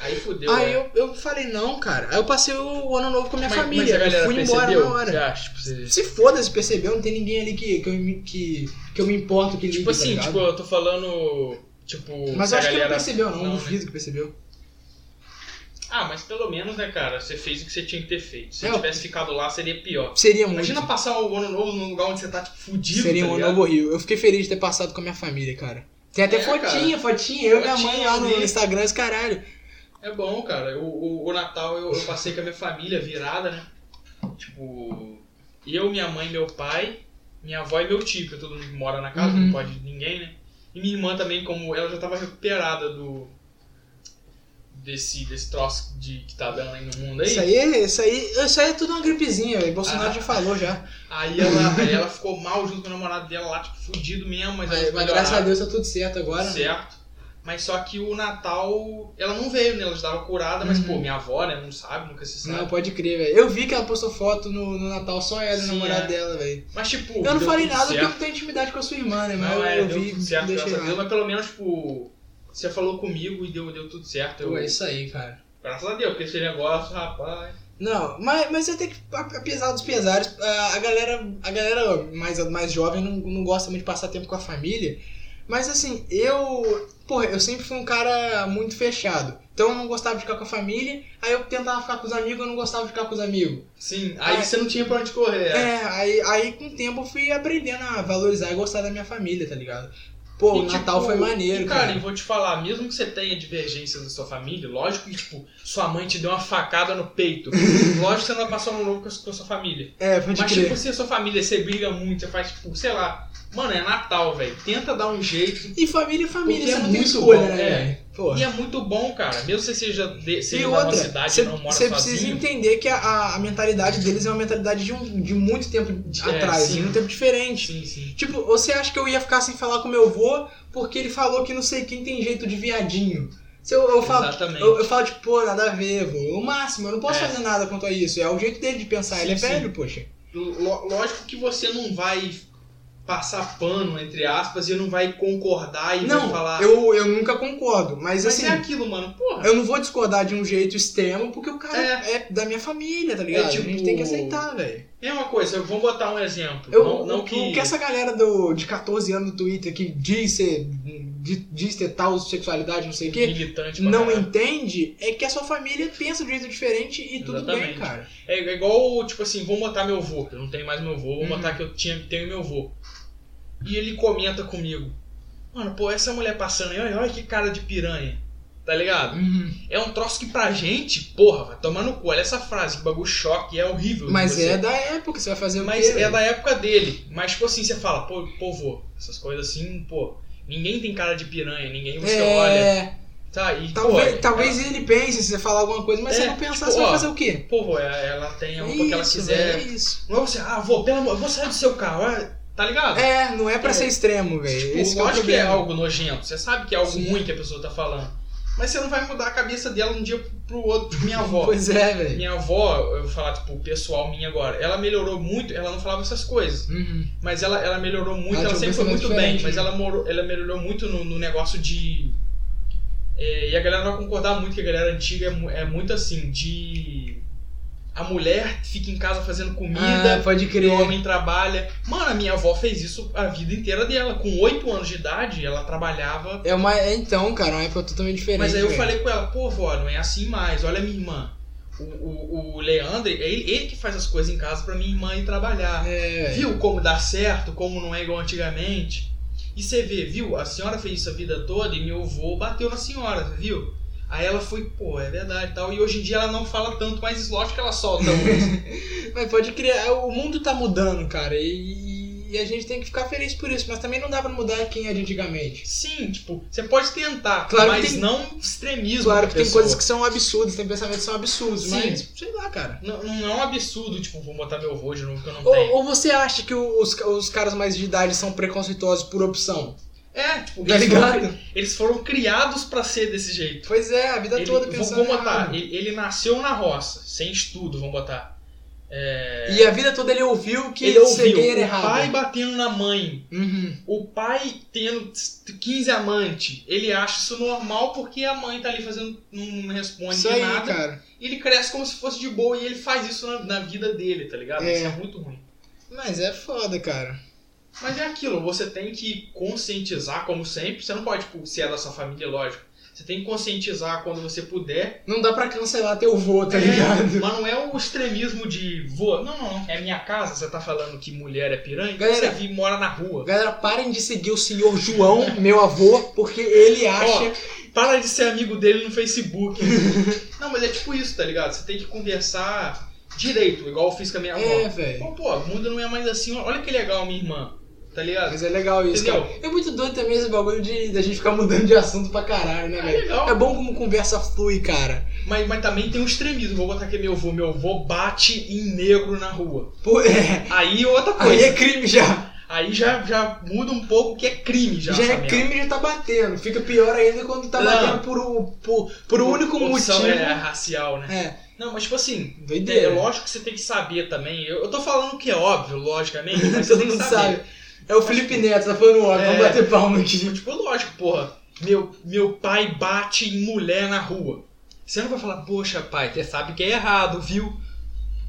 Speaker 2: Aí fudeu, né?
Speaker 1: aí eu, eu falei, não, cara. Aí eu passei o ano novo com a minha
Speaker 2: Mas-
Speaker 1: família.
Speaker 2: Mas a galera
Speaker 1: eu fui
Speaker 2: percebeu,
Speaker 1: embora na hora.
Speaker 2: Você acha? Tipo, você-
Speaker 1: Se foda-se, percebeu? Não tem ninguém ali que, que, eu, me- que, que eu me importo que liga,
Speaker 2: Tipo
Speaker 1: tá
Speaker 2: assim,
Speaker 1: ligado?
Speaker 2: tipo, eu tô falando. Tipo,
Speaker 1: Mas
Speaker 2: se
Speaker 1: eu
Speaker 2: a
Speaker 1: acho que ele não
Speaker 2: galera...
Speaker 1: percebeu, não.
Speaker 2: Não, né?
Speaker 1: Duvido que percebeu.
Speaker 2: Ah, mas pelo menos, né, cara? Você fez o que você tinha que ter feito. Se
Speaker 1: É,
Speaker 2: eu
Speaker 1: eu-
Speaker 2: tivesse ficado lá, seria pior.
Speaker 1: Seria muito.
Speaker 2: Imagina passar o ano novo num lugar onde você tá, tipo, fudido.
Speaker 1: Seria
Speaker 2: tá
Speaker 1: um
Speaker 2: ligado?
Speaker 1: novo Rio. Eu fiquei feliz de ter passado com a minha família, cara. Tem até
Speaker 2: É,
Speaker 1: fotinha, fotinha. Eu e minha mãe
Speaker 2: Fotinha né?
Speaker 1: lá no
Speaker 2: ali.
Speaker 1: Instagram, esse caralho.
Speaker 2: É bom, cara. O, o, o Natal eu, eu passei com a minha família virada, né? Tipo, eu, minha mãe, meu pai, minha avó e meu tio, que todo mundo mora na casa,
Speaker 1: Uhum.
Speaker 2: não pode ninguém, né? E minha irmã também, como ela já tava recuperada do. desse, desse troço de, que tá dando aí no mundo aí.
Speaker 1: Isso aí, é- isso aí, isso aí é tudo uma gripezinha, velho. Bolsonaro
Speaker 2: Ah.
Speaker 1: já falou já.
Speaker 2: Aí ela, aí ela ficou mal junto com o namorado dela lá, tipo, fudido mesmo, mas
Speaker 1: Mas,
Speaker 2: elas
Speaker 1: mas graças a
Speaker 2: melhoraram,
Speaker 1: Deus tá tudo certo agora. né?
Speaker 2: Certo. Mas só que o Natal, ela não veio, né? Ela estava curada, mas,
Speaker 1: Uhum.
Speaker 2: pô, minha avó, né? Não sabe, nunca se sabe.
Speaker 1: Não, pode crer, velho. Eu vi que ela postou foto no, no Natal só ela e o
Speaker 2: Sim,
Speaker 1: namorado
Speaker 2: é.
Speaker 1: dela, velho.
Speaker 2: Mas, tipo.
Speaker 1: Eu não
Speaker 2: deu
Speaker 1: falei
Speaker 2: tudo
Speaker 1: nada porque eu
Speaker 2: certo.
Speaker 1: não tenho intimidade com a sua irmã, né? Mas
Speaker 2: Não,
Speaker 1: eu,
Speaker 2: é,
Speaker 1: eu
Speaker 2: deu
Speaker 1: vi,
Speaker 2: tudo certo,
Speaker 1: deixei
Speaker 2: graças a
Speaker 1: lá.
Speaker 2: Deus. Mas pelo menos, tipo, você falou comigo e deu, deu tudo certo. Eu,
Speaker 1: Pô, é isso aí, cara.
Speaker 2: Graças a Deus, porque esse negócio, rapaz.
Speaker 1: Não, mas, mas até que, a- apesar dos pesares, a, a galera, a galera mais, mais jovem não, não gosta muito de passar tempo com a família. Mas assim, eu. Porra, eu sempre fui um cara muito fechado. Então eu não gostava de ficar com a família, aí eu tentava ficar com os amigos, eu não gostava de ficar com os amigos.
Speaker 2: Sim, aí
Speaker 1: Ah,
Speaker 2: você não tinha pra onde correr.
Speaker 1: É, aí, aí com o tempo eu fui aprendendo a valorizar e gostar da minha família, tá ligado? Pô,
Speaker 2: E,
Speaker 1: o
Speaker 2: tipo,
Speaker 1: Natal foi maneiro,
Speaker 2: e,
Speaker 1: cara.
Speaker 2: cara, e vou te falar, mesmo que você tenha divergências na sua família, lógico que, tipo, sua mãe te deu uma facada no peito. lógico que você não vai passar um novo com a com a sua família.
Speaker 1: É, pode
Speaker 2: Mas,
Speaker 1: crer.
Speaker 2: tipo, se a sua família, você briga muito, você faz, tipo, sei lá. Mano, é Natal, velho. Tenta dar um jeito.
Speaker 1: E família é família,
Speaker 2: Porque
Speaker 1: você
Speaker 2: é
Speaker 1: não tem
Speaker 2: muito
Speaker 1: escolha,
Speaker 2: bom,
Speaker 1: né?
Speaker 2: é.
Speaker 1: velho? Porra.
Speaker 2: E é muito bom, cara. Mesmo que você seja, de,
Speaker 1: E
Speaker 2: seja da
Speaker 1: outra,
Speaker 2: uma cidade e não mora
Speaker 1: você precisa
Speaker 2: sozinho.
Speaker 1: entender que a- a, a mentalidade deles é uma mentalidade de, um, de muito tempo
Speaker 2: É,
Speaker 1: atrás,
Speaker 2: sim.
Speaker 1: de um tempo diferente.
Speaker 2: Sim, sim.
Speaker 1: Tipo, você acha que eu ia ficar sem falar com meu avô porque ele falou que não sei quem tem jeito de viadinho? Se eu, eu falo,
Speaker 2: Exatamente.
Speaker 1: eu, eu falo, tipo, pô, nada a ver, vô. O máximo, eu não posso
Speaker 2: É.
Speaker 1: fazer nada quanto a isso. É o jeito dele de pensar,
Speaker 2: Sim,
Speaker 1: ele é
Speaker 2: sim.
Speaker 1: velho, poxa.
Speaker 2: Ló- Lógico que você não vai passar pano, entre aspas, e não vai concordar e vai
Speaker 1: não,
Speaker 2: falar.
Speaker 1: eu, eu nunca concordo, mas,
Speaker 2: Mas
Speaker 1: assim,
Speaker 2: é aquilo, mano. Porra.
Speaker 1: eu não vou discordar de um jeito extremo porque o cara é, da minha família, tá ligado? A gente
Speaker 2: tipo-
Speaker 1: tem que aceitar, velho.
Speaker 2: Mesma É coisa, vamos botar um exemplo.
Speaker 1: Eu,
Speaker 2: não, não
Speaker 1: o,
Speaker 2: que.
Speaker 1: o que é essa galera do, de 14 anos do Twitter que diz, ser, di- diz ter tal sexualidade, não sei o quê,
Speaker 2: militante pra
Speaker 1: não
Speaker 2: caralho.
Speaker 1: entende é que a sua família pensa de um jeito diferente e tudo bem,
Speaker 2: Exatamente.
Speaker 1: cara.
Speaker 2: É igual, tipo assim, vou botar meu avô, que eu não tenho mais meu avô, vou
Speaker 1: Uhum.
Speaker 2: botar que eu tinha, tenho meu avô. E ele comenta comigo. Mano, pô, essa mulher passando aí, olha, olha que cara de piranha. Tá ligado? É um troço que pra gente, porra, vai tomar no cu. Olha essa frase, que bagulho choque, é horrível. de
Speaker 1: Mas
Speaker 2: você.
Speaker 1: é da época, você vai fazer o
Speaker 2: Mas
Speaker 1: quê,
Speaker 2: é
Speaker 1: velho?
Speaker 2: da época dele. Mas, tipo assim, você fala, pô, pô, vô, essas coisas assim, pô, ninguém tem cara de piranha, ninguém você olha.
Speaker 1: É,
Speaker 2: Tá, e,
Speaker 1: talvez,
Speaker 2: pô,
Speaker 1: talvez ele pense se você falar alguma coisa, mas
Speaker 2: É,
Speaker 1: se você não pensar,
Speaker 2: tipo,
Speaker 1: você vai
Speaker 2: ó,
Speaker 1: fazer o quê?
Speaker 2: Ela, pô, vô, é, ela tem a roupa que ela
Speaker 1: Isso,
Speaker 2: quiser.
Speaker 1: velho, é isso.
Speaker 2: Não é você, ah, vou, pelo amor, eu vou sair do seu carro, é, tá ligado?
Speaker 1: É, não é pra
Speaker 2: É.
Speaker 1: ser extremo, velho.
Speaker 2: Tipo,
Speaker 1: Esse que é o
Speaker 2: lógico que é
Speaker 1: problema.
Speaker 2: algo nojento, você sabe que é algo
Speaker 1: Sim.
Speaker 2: ruim que a pessoa tá falando. Mas você não vai mudar a cabeça dela um dia pro outro. Tipo, Minha avó.
Speaker 1: Pois é, velho.
Speaker 2: Minha avó, eu vou falar, tipo, o pessoal minha agora, ela melhorou muito, ela não falava essas coisas.
Speaker 1: Uhum.
Speaker 2: Mas ela, ela melhorou muito,
Speaker 1: Ela
Speaker 2: ela,
Speaker 1: tinha um
Speaker 2: sempre foi
Speaker 1: pensamento
Speaker 2: muito bem,
Speaker 1: diferente,
Speaker 2: mas
Speaker 1: né?
Speaker 2: ela, morou, ela melhorou muito no, no negócio de. é, e a galera vai concordar muito que a galera antiga é, mu- é muito assim, de. A mulher fica em casa fazendo comida,
Speaker 1: Ah, pode
Speaker 2: o
Speaker 1: crer.
Speaker 2: homem trabalha. Mano, a minha avó fez isso a vida inteira dela. Com 8 anos de idade, ela trabalhava.
Speaker 1: É uma. É então, cara, uma época totalmente diferente. é.
Speaker 2: Mas aí eu
Speaker 1: velho.
Speaker 2: falei com ela, pô, vó, não é assim mais. Olha a minha irmã. O, o, o Leandro, é ele, ele que faz as coisas em casa pra minha irmã ir trabalhar.
Speaker 1: É, velho.
Speaker 2: Viu como dá certo, como não é igual antigamente? E você vê, viu? A senhora fez isso a vida toda e meu avô bateu na senhora, você viu? Aí ela foi, pô, é verdade e tal. E hoje em dia ela não fala tanto, mas lógico que ela solta um.
Speaker 1: Mas pode criar. O mundo tá mudando, cara. E, e a gente tem que ficar feliz por isso. Mas também não dá pra mudar quem é de antigamente.
Speaker 2: Sim, tipo, você pode tentar,
Speaker 1: Claro que
Speaker 2: mas
Speaker 1: tem-
Speaker 2: não extremismo.
Speaker 1: Claro
Speaker 2: da
Speaker 1: que tem
Speaker 2: pessoa.
Speaker 1: coisas que são absurdas, tem pensamentos que são absurdos,
Speaker 2: Sim.
Speaker 1: mas sei lá, cara.
Speaker 2: Não, não é um absurdo, tipo, vou botar meu avô de novo que eu não
Speaker 1: Ou,
Speaker 2: tenho.
Speaker 1: ou você acha que os, os caras mais de idade são preconceituosos por opção?
Speaker 2: É, tipo,
Speaker 1: Tá
Speaker 2: eles,
Speaker 1: ligado?
Speaker 2: Foram, eles foram criados pra ser desse jeito.
Speaker 1: Pois é, a vida
Speaker 2: Ele-
Speaker 1: toda
Speaker 2: vou,
Speaker 1: pensando. "Ah,
Speaker 2: vou botar,
Speaker 1: errado.
Speaker 2: ele, ele nasceu na roça, sem estudo, vamos botar. É,
Speaker 1: E a vida toda ele ouviu que
Speaker 2: ele ouviu
Speaker 1: gay era
Speaker 2: o
Speaker 1: errado.
Speaker 2: pai batendo na mãe,
Speaker 1: Uhum.
Speaker 2: o pai tendo 15 amantes. Ele acha isso normal porque a mãe tá ali fazendo, não responde
Speaker 1: Isso
Speaker 2: de
Speaker 1: aí,
Speaker 2: nada.
Speaker 1: cara.
Speaker 2: E ele cresce como se fosse de boa e ele faz isso na, na vida dele, tá ligado?
Speaker 1: É.
Speaker 2: Isso é muito ruim.
Speaker 1: Mas é foda, cara.
Speaker 2: Mas é aquilo, você tem que conscientizar, como sempre. Você não pode, tipo, se é da sua família, lógico. Você tem que conscientizar quando você puder.
Speaker 1: Não dá pra cancelar teu vô, tá ligado?
Speaker 2: É, mas não é o extremismo de vô. Não, não, não. É minha casa, você tá falando que mulher é piranha, então
Speaker 1: Galera,
Speaker 2: você vi, mora na rua.
Speaker 1: Galera, parem de seguir o senhor João, meu avô, porque ele acha.
Speaker 2: Para de ser amigo dele no Facebook. não, mas é tipo isso, tá ligado? Você tem que conversar direito, igual eu fiz com a minha avó.
Speaker 1: é, velho.
Speaker 2: Pô, pô, a bunda não é mais assim. Olha que legal, minha irmã. Tá ligado?
Speaker 1: Mas é legal isso,
Speaker 2: Entendeu?
Speaker 1: cara. É muito doido também esse bagulho de, de a gente ficar mudando de assunto pra caralho, né,
Speaker 2: É
Speaker 1: velho?
Speaker 2: legal.
Speaker 1: É bom como conversa flui, cara.
Speaker 2: Mas, mas também tem um extremismo. Vou botar aqui meu avô. Meu avô bate em negro na rua.
Speaker 1: Pô, é.
Speaker 2: Aí outra
Speaker 1: Aí
Speaker 2: coisa.
Speaker 1: é crime já.
Speaker 2: Aí já, já muda um pouco que é crime já.
Speaker 1: Já,
Speaker 2: essa
Speaker 1: é
Speaker 2: merda.
Speaker 1: crime de tá batendo. Fica pior ainda quando tá
Speaker 2: Não.
Speaker 1: batendo por, o- por, por um único
Speaker 2: Opção
Speaker 1: motivo.
Speaker 2: É, racial, né?
Speaker 1: É,
Speaker 2: Não, mas tipo assim, é,
Speaker 1: doideira.
Speaker 2: lógico que você tem que saber também. Eu, eu tô falando que é óbvio, logicamente, mas você
Speaker 1: Todo
Speaker 2: tem que
Speaker 1: mundo
Speaker 2: saber.
Speaker 1: sabe. É o Felipe Neto, tá falando óbvio, vamos
Speaker 2: É.
Speaker 1: bater palma aqui.
Speaker 2: Tipo, lógico, porra. Meu, meu pai bate em mulher na rua. Você não vai falar, poxa, pai, você sabe que é errado, viu?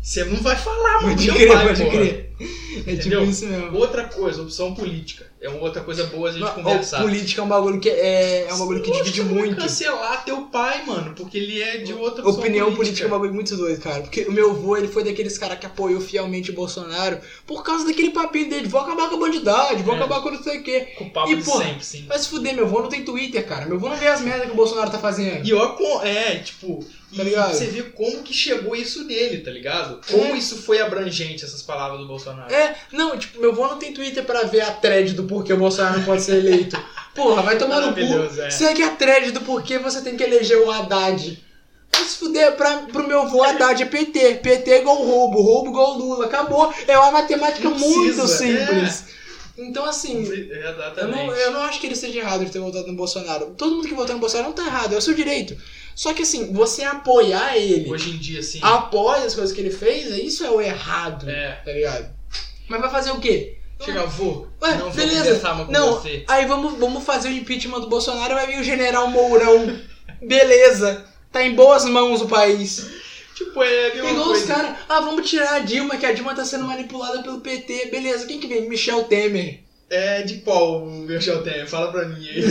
Speaker 2: Você não vai falar, mas
Speaker 1: Pode
Speaker 2: meu
Speaker 1: crer,
Speaker 2: pai,
Speaker 1: pode
Speaker 2: porra.
Speaker 1: crer. É tipo
Speaker 2: Entendeu?
Speaker 1: isso mesmo.
Speaker 2: Outra coisa, opção política. É uma outra coisa boa a gente
Speaker 1: Mas, ó,
Speaker 2: conversar.
Speaker 1: política é um bagulho que é, é um bagulho que
Speaker 2: Lógico
Speaker 1: divide
Speaker 2: você não vai
Speaker 1: muito.
Speaker 2: cancelar teu pai, mano, porque ele é de outra opção
Speaker 1: Opinião política. é um bagulho muito doido, cara. Porque o meu avô, ele foi daqueles caras que apoiou fielmente o Bolsonaro por causa daquele papinho dele. Vou acabar com a bandidade, vou
Speaker 2: É.
Speaker 1: acabar com não sei o quê.
Speaker 2: Com o papo
Speaker 1: E,
Speaker 2: de
Speaker 1: porra,
Speaker 2: sempre, sim.
Speaker 1: Mas se fuder, meu avô não tem Twitter, cara. Meu avô não vê as merdas que o Bolsonaro tá fazendo.
Speaker 2: E ó, com- é, tipo,
Speaker 1: Tá
Speaker 2: e
Speaker 1: ligado?
Speaker 2: você vê como que chegou isso nele, tá ligado? Como isso foi abrangente, essas palavras do Bolsonaro.
Speaker 1: É, não, tipo, meu avô não tem Twitter pra ver a thread do porquê o Bolsonaro não pode ser eleito. Porra, vai tomar no cu.
Speaker 2: Maravilhoso, é.
Speaker 1: Segue a thread do porquê você tem que eleger o Haddad. Mas se fuder, pra, pro meu avô, Haddad é PT. PT é igual roubo, roubo igual Lula. Acabou. É uma matemática
Speaker 2: Não
Speaker 1: muito
Speaker 2: precisa, é.
Speaker 1: simples. Então, assim, eu
Speaker 2: Exatamente.
Speaker 1: não, eu não acho que ele seja errado de ter votado no Bolsonaro. Todo mundo que votou no Bolsonaro não tá errado, é o seu direito. Só que, assim, você apoiar ele,
Speaker 2: Hoje em dia, assim.
Speaker 1: após as coisas que ele fez, isso é o errado,
Speaker 2: É.
Speaker 1: tá ligado? Mas vai fazer o quê?
Speaker 2: Chega, avô.
Speaker 1: Ué,
Speaker 2: não vou
Speaker 1: beleza.
Speaker 2: conversar mais com
Speaker 1: Não,
Speaker 2: você.
Speaker 1: Aí vamos, vamos fazer o impeachment do Bolsonaro, vai vir o general Mourão. Beleza. Tá em boas mãos o país.
Speaker 2: Tipo, é a mesma
Speaker 1: Igual os
Speaker 2: coisa.
Speaker 1: caras. Ah, vamos tirar a Dilma, que a Dilma tá sendo manipulada pelo PT. Beleza, quem que vem? Michel Temer.
Speaker 2: É de qual o Michel Temer? Fala pra mim aí.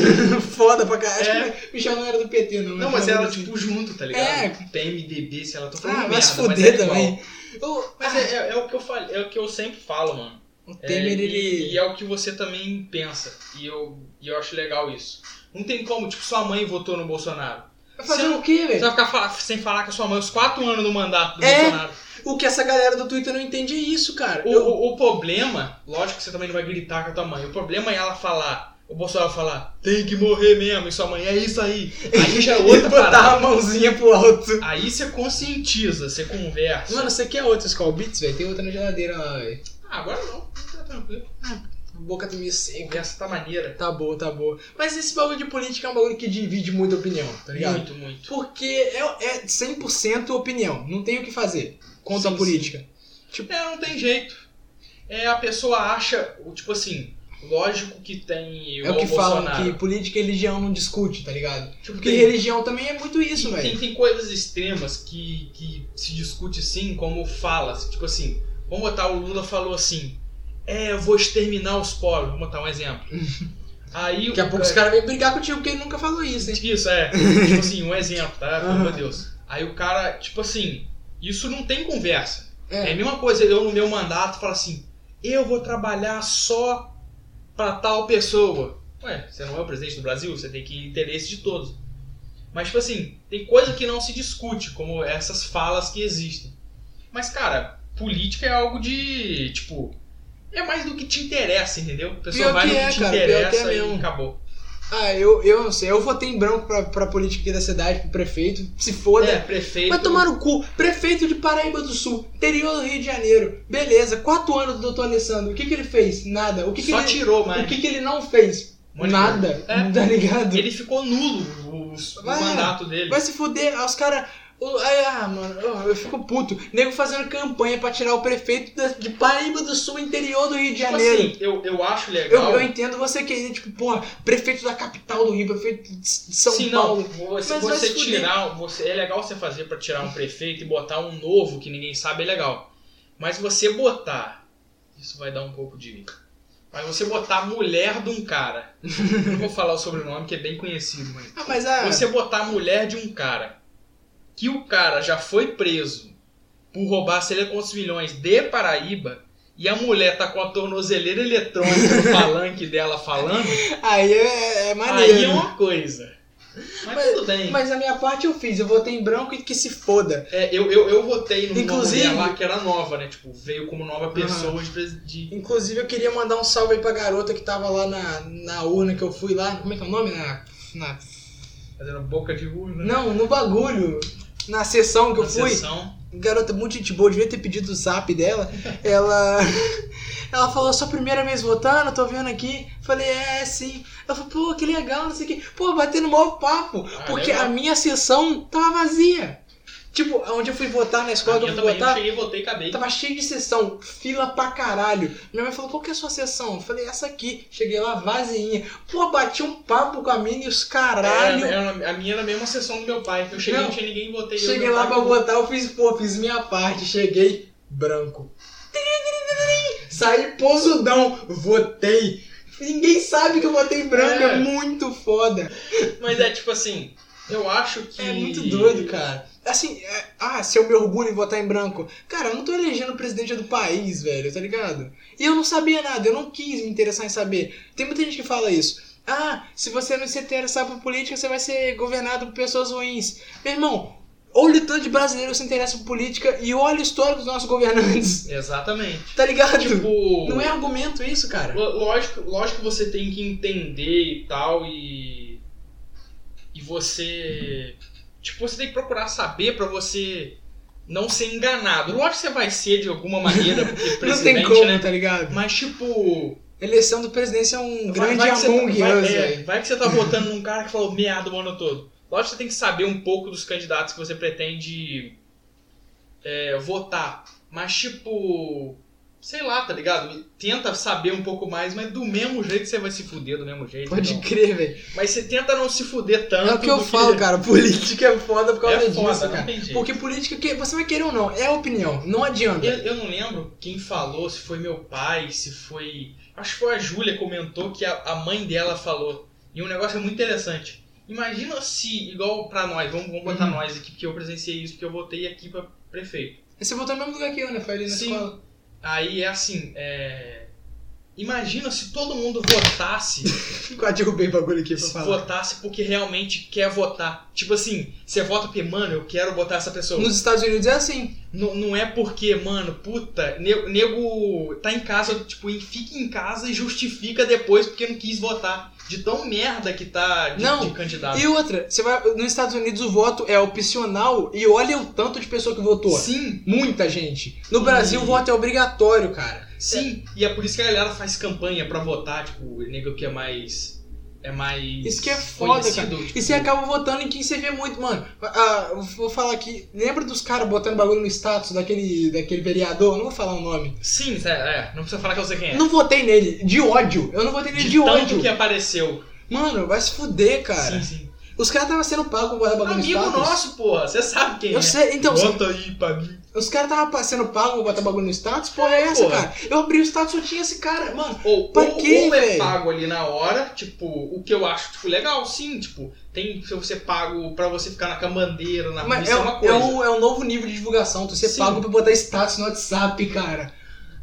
Speaker 1: Foda pra caralho.
Speaker 2: É.
Speaker 1: Acho que Michel não era do PT, não.
Speaker 2: Não,
Speaker 1: né?
Speaker 2: mas
Speaker 1: Era
Speaker 2: ela,
Speaker 1: do
Speaker 2: tipo, junto, tá ligado?
Speaker 1: É.
Speaker 2: PMDB, se ela tá falando
Speaker 1: Ah, vai
Speaker 2: merda,
Speaker 1: se
Speaker 2: mas
Speaker 1: fuder
Speaker 2: é igual.
Speaker 1: também. O-
Speaker 2: Mas é, é- é o que eu falei, é o que eu sempre falo, mano.
Speaker 1: o
Speaker 2: É,
Speaker 1: Temer,
Speaker 2: e-
Speaker 1: ele.
Speaker 2: E é o que você também pensa. E eu, e eu acho legal isso. Não tem como, tipo, sua mãe votou no Bolsonaro.
Speaker 1: Vai
Speaker 2: Você
Speaker 1: fazer
Speaker 2: não-
Speaker 1: Tá o quê,
Speaker 2: Você
Speaker 1: velho?
Speaker 2: vai ficar fa- sem falar com a sua mãe os quatro anos do mandato do
Speaker 1: É.
Speaker 2: Bolsonaro.
Speaker 1: O que essa galera do Twitter não entende é isso, cara.
Speaker 2: O,
Speaker 1: Eu-
Speaker 2: o, o problema, lógico que você também não vai gritar com a tua mãe. O problema é ela falar, o Bolsonaro falar, tem que morrer mesmo, e sua mãe, é isso aí. Aí já é outra
Speaker 1: botar
Speaker 2: parada.
Speaker 1: a mãozinha pro alto.
Speaker 2: Aí você conscientiza, você conversa.
Speaker 1: Mano, você quer outra Skull Beats, velho? Tem outra na geladeira lá, velho.
Speaker 2: Ah, agora não, tá tranquilo.
Speaker 1: Boca do meio seca.
Speaker 2: Conversa tá maneira.
Speaker 1: Tá boa, tá boa. Mas esse bagulho de política é um bagulho que divide muita opinião, tá ligado?
Speaker 2: Muito, muito.
Speaker 1: Porque é, é 100% opinião. Não tem o que fazer contra
Speaker 2: Sim,
Speaker 1: a política.
Speaker 2: É, não tem jeito. É, a pessoa acha, o- tipo assim, lógico que tem
Speaker 1: É o que
Speaker 2: Bolsonaro.
Speaker 1: falam que política e religião não discute, tá ligado?
Speaker 2: Tipo,
Speaker 1: Porque
Speaker 2: tem-
Speaker 1: religião também é muito isso,
Speaker 2: tem,
Speaker 1: velho.
Speaker 2: tem coisas extremas que, que se discute sim, como falas. Tipo assim, vamos botar o Lula falou assim: É, eu vou exterminar os pobres. Vamos botar um exemplo. Aí
Speaker 1: Daqui a
Speaker 2: o
Speaker 1: pouco os caras vêm brigar contigo porque ele nunca falou isso, hein?
Speaker 2: Isso, é. tipo assim, um exemplo, tá? Pelo amor
Speaker 1: Aham.
Speaker 2: de Deus. Aí o cara, tipo assim, isso não tem conversa.
Speaker 1: É.
Speaker 2: É, a mesma coisa, eu no meu mandato falo assim, eu vou trabalhar só pra tal pessoa. Ué, você não é o presidente do Brasil, você tem que ir interesse de todos. Mas, tipo assim, tem coisa que não se discute, como essas falas que existem. Mas, cara, política é algo de, tipo, é mais do que te interessa, entendeu? A pessoa
Speaker 1: Pior que
Speaker 2: vai no que
Speaker 1: é,
Speaker 2: te
Speaker 1: cara, pior que é
Speaker 2: interessa
Speaker 1: mesmo.
Speaker 2: e acabou.
Speaker 1: Ah, eu, eu não sei. Eu votei em branco pra, pra política aqui da cidade, pro prefeito. Se foda.
Speaker 2: É, prefeito.
Speaker 1: Vai tomar no cu. Prefeito de Paraíba do Sul, interior do Rio de Janeiro. Beleza, quatro anos do Dr. Alessandro. O que, que ele fez? Nada. O que, que,
Speaker 2: Só
Speaker 1: ele,
Speaker 2: tirou,
Speaker 1: o
Speaker 2: mano.
Speaker 1: que, que ele não fez?
Speaker 2: Um monte de
Speaker 1: Nada.
Speaker 2: É.
Speaker 1: Tá ligado?
Speaker 2: Ele ficou nulo o, o- o
Speaker 1: Vai.
Speaker 2: mandato dele.
Speaker 1: Vai se fuder. Ah, Os caras. Ah, mano, eu- eu fico puto. Nego fazendo campanha pra tirar o prefeito da- de Paraíba do Sul, interior do Rio de
Speaker 2: tipo
Speaker 1: Janeiro.
Speaker 2: assim, eu, eu acho
Speaker 1: eu,
Speaker 2: legal.
Speaker 1: eu entendo você querer, tipo, porra, prefeito da capital do Rio, prefeito de S- de São
Speaker 2: Sim,
Speaker 1: Paulo.
Speaker 2: não. Você,
Speaker 1: Mas vai
Speaker 2: você
Speaker 1: se fuder.
Speaker 2: tirar. Você, é legal você fazer pra tirar um prefeito e botar um novo que ninguém sabe, é legal. Mas você botar. Isso vai dar um pouco de. Mas você botar a mulher de um cara. não vou falar o sobrenome que é bem conhecido, mas.
Speaker 1: Ah, mas a.
Speaker 2: Você botar a mulher de um cara que o cara já foi preso por roubar sei lá quantos milhões de Paraíba e a mulher tá com a tornozeleira eletrônica no palanque dela falando,
Speaker 1: Aí é, é maneiro.
Speaker 2: aí é uma coisa. Mas, tudo bem.
Speaker 1: Mas a minha parte eu fiz, eu votei em branco e que se foda.
Speaker 2: É, eu, eu, eu votei numa
Speaker 1: Inclusive-
Speaker 2: mulher lá que era nova, né? Tipo, veio como nova pessoa de pres- de.
Speaker 1: Inclusive, eu queria mandar um salve aí pra garota que tava lá na, na urna que eu fui lá. Como é que é o nome? Na, na-
Speaker 2: Fazendo boca de urna.
Speaker 1: não, no bagulho. Na sessão que eu
Speaker 2: na
Speaker 1: fui.
Speaker 2: sessão.
Speaker 1: garota muito gente boa, devia ter pedido o zap dela. Ela. Ela falou, sua primeira vez votando, tô vendo aqui. Falei, é, sim. Ela falou, pô, que legal, não sei o quê. Pô, batendo maior papo.
Speaker 2: Ah,
Speaker 1: porque
Speaker 2: legal.
Speaker 1: a minha sessão tava vazia. Tipo, onde eu fui votar, na escola
Speaker 2: A
Speaker 1: que eu
Speaker 2: minha
Speaker 1: fui
Speaker 2: também, eu
Speaker 1: votar,
Speaker 2: cheguei, votei e acabei. É,
Speaker 1: tava cheio de sessão, fila pra caralho. Minha mãe falou, qual que é a sua sessão? Eu falei, essa aqui. Cheguei lá, vazinha. Pô, bati um papo com a mina e os caralho.
Speaker 2: Era- era- a minha era a mesma sessão do meu pai. Eu cheguei,
Speaker 1: Não.
Speaker 2: não tinha ninguém, votei. eu e
Speaker 1: Cheguei
Speaker 2: meu
Speaker 1: lá
Speaker 2: pai
Speaker 1: pra botar, eu fiz, pô, fiz minha parte, cheguei branco. Saí posudão, votei. Ninguém sabe que eu votei branco, é,
Speaker 2: É.
Speaker 1: muito foda.
Speaker 2: Mas é tipo assim, eu acho que.
Speaker 1: É muito doido, cara. Assim, é- ah, se eu me orgulho em votar em branco. Cara, eu não tô elegendo o presidente do país, velho, tá ligado? E eu não sabia nada, eu não quis me interessar em saber. Tem muita gente que fala isso. Ah, se você não se interessar por política, você vai ser governado por pessoas ruins. Meu irmão, olha o tanto de brasileiro que se interessa por política e olha o histórico dos nossos governantes.
Speaker 2: Exatamente.
Speaker 1: Tá ligado?
Speaker 2: Tipo.
Speaker 1: não é argumento isso, cara.
Speaker 2: Lo- Lógico, lógico que você tem que entender e tal, e. E você. Tipo, você tem que procurar saber pra você não ser enganado. Lógico que você vai ser de alguma maneira, porque
Speaker 1: Não tem
Speaker 2: presidente,
Speaker 1: como,
Speaker 2: né?
Speaker 1: tá ligado?
Speaker 2: Mas tipo.
Speaker 1: Eleição do presidente é um
Speaker 2: vai-
Speaker 1: grande
Speaker 2: vai, que você tá-
Speaker 1: Among Us,
Speaker 2: vai, é,
Speaker 1: velho.
Speaker 2: vai que você tá votando num cara que falou meado o ano todo. Lógico que você tem que saber um pouco dos candidatos que você pretende é, votar. Mas tipo. Sei lá, tá ligado? Tenta saber um pouco mais, mas do mesmo jeito você vai se fuder, do mesmo jeito.
Speaker 1: Pode
Speaker 2: então.
Speaker 1: crer, velho.
Speaker 2: Mas você tenta não se fuder tanto.
Speaker 1: É o que eu
Speaker 2: do
Speaker 1: falo, cara. Política é foda por causa
Speaker 2: É foda,
Speaker 1: disso,
Speaker 2: não
Speaker 1: cara.
Speaker 2: tem jeito.
Speaker 1: Porque política, que você vai querer ou não, é opinião, não adianta.
Speaker 2: Eu, eu não lembro quem falou, se foi meu pai, se foi. Acho que foi a Júlia comentou que a, a mãe dela falou. E um negócio é muito interessante. Imagina se, igual pra nós, vamos, vamos botar
Speaker 1: Uhum.
Speaker 2: nós aqui, porque eu presenciei isso, porque eu votei aqui pra prefeito.
Speaker 1: Você botou no mesmo lugar que eu, né? Foi ali na
Speaker 2: Sim.
Speaker 1: escola.
Speaker 2: Aí é assim, é. Imagina se todo mundo votasse
Speaker 1: Quase derrubei o bagulho aqui pra
Speaker 2: se
Speaker 1: falar.
Speaker 2: votasse porque realmente quer votar. Tipo assim, você vota porque, mano, eu quero botar essa pessoa.
Speaker 1: Nos Estados Unidos é assim.
Speaker 2: Não, não é porque, mano, puta, nego, nego tá em casa, tipo, e fica em casa e justifica depois porque não quis votar. De tão merda que tá de,
Speaker 1: Não,
Speaker 2: de candidato.
Speaker 1: E outra, você vai, nos Estados Unidos o voto é opcional e olha o tanto de pessoa que votou.
Speaker 2: Sim,
Speaker 1: Muita gente. No Brasil o voto é obrigatório, cara.
Speaker 2: sim. E é por isso que a galera faz campanha pra votar, tipo, nego que é mais. É mais.
Speaker 1: Isso que é foda, é
Speaker 2: conhecido, tipo,
Speaker 1: E você acaba votando em quem você vê muito, mano. Ah, eu vou falar aqui. Lembra dos caras botando bagulho no status daquele, daquele vereador? Não vou falar o nome.
Speaker 2: Sim, é, é, não precisa falar que eu sei quem é.
Speaker 1: Não votei nele, de ódio. Eu não votei nele de,
Speaker 2: tanto
Speaker 1: ódio.
Speaker 2: que apareceu.
Speaker 1: Mano, vai se fuder, cara.
Speaker 2: Sim, sim.
Speaker 1: Os caras estavam sendo pago com botar bagulho
Speaker 2: Amigo
Speaker 1: no status.
Speaker 2: nosso, porra, você sabe quem
Speaker 1: Eu
Speaker 2: é.
Speaker 1: sei, então, os,
Speaker 2: Bota aí pra mim.
Speaker 1: os caras estavam sendo pago pra botar bagulho no status, porra, é essa,
Speaker 2: Porra.
Speaker 1: cara? Eu abri o status, só tinha esse cara, mano.
Speaker 2: Ou,
Speaker 1: Pra
Speaker 2: ou,
Speaker 1: quê,
Speaker 2: ou é
Speaker 1: velho?
Speaker 2: pago ali na hora, tipo, o que eu acho, tipo, legal, sim, tipo, tem se você pago pra você ficar na cambandeira, na rua,
Speaker 1: Mas
Speaker 2: isso
Speaker 1: é,
Speaker 2: é
Speaker 1: um-
Speaker 2: uma
Speaker 1: é,
Speaker 2: coisa.
Speaker 1: um, é um novo nível de divulgação, tu ser
Speaker 2: Sim.
Speaker 1: pago pra botar status no WhatsApp, cara.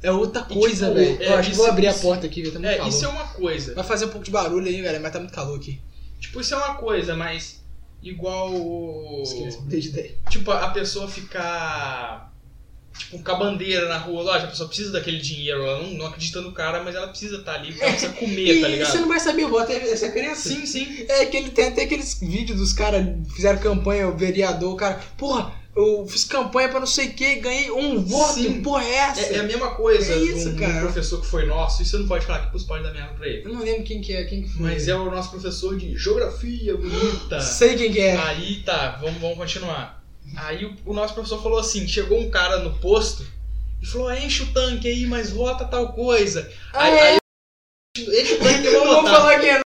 Speaker 1: É outra
Speaker 2: tipo,
Speaker 1: coisa, velho.
Speaker 2: é,
Speaker 1: eu acho que
Speaker 2: isso-
Speaker 1: vou abrir a
Speaker 2: isso-
Speaker 1: porta aqui, velho. Tá muito
Speaker 2: É,
Speaker 1: calor.
Speaker 2: isso é uma coisa.
Speaker 1: Vai fazer um pouco de barulho aí, velho, mas tá muito calor aqui.
Speaker 2: Tipo, isso é uma coisa, mas igual o-
Speaker 1: Esquece, mudei de ideia.
Speaker 2: tipo a pessoa ficar tipo com a bandeira na rua, lógico, a pessoa precisa daquele dinheiro, ela não, não acredita no cara, mas ela precisa estar ali, porque ela precisa comer, tá
Speaker 1: E você
Speaker 2: ligado?
Speaker 1: não vai saber o voto, é- essa criança.
Speaker 2: Sim, sim.
Speaker 1: É que ele tem até aqueles vídeos dos caras fizeram campanha, o vereador, o cara, porra, eu fiz campanha pra não sei o que, ganhei um voto,
Speaker 2: Sim.
Speaker 1: porra, é essa?
Speaker 2: É, é a mesma coisa
Speaker 1: É
Speaker 2: de
Speaker 1: isso,
Speaker 2: um, de um
Speaker 1: cara.
Speaker 2: professor que foi nosso, isso você não pode falar que os pais da merda pra ele.
Speaker 1: Eu não lembro quem que é, quem que foi.
Speaker 2: Mas é o nosso professor de geografia bonita.
Speaker 1: Sei quem que é.
Speaker 2: Aí tá, vamos, vamos continuar. Aí o, o nosso professor falou assim: chegou um cara no posto e falou: enche o tanque aí, mas vota tal coisa.
Speaker 1: Ah,
Speaker 2: aí,
Speaker 1: é?
Speaker 2: aí, enche o tanque eu
Speaker 1: eu
Speaker 2: vou
Speaker 1: não vou
Speaker 2: votar.
Speaker 1: falar quem é.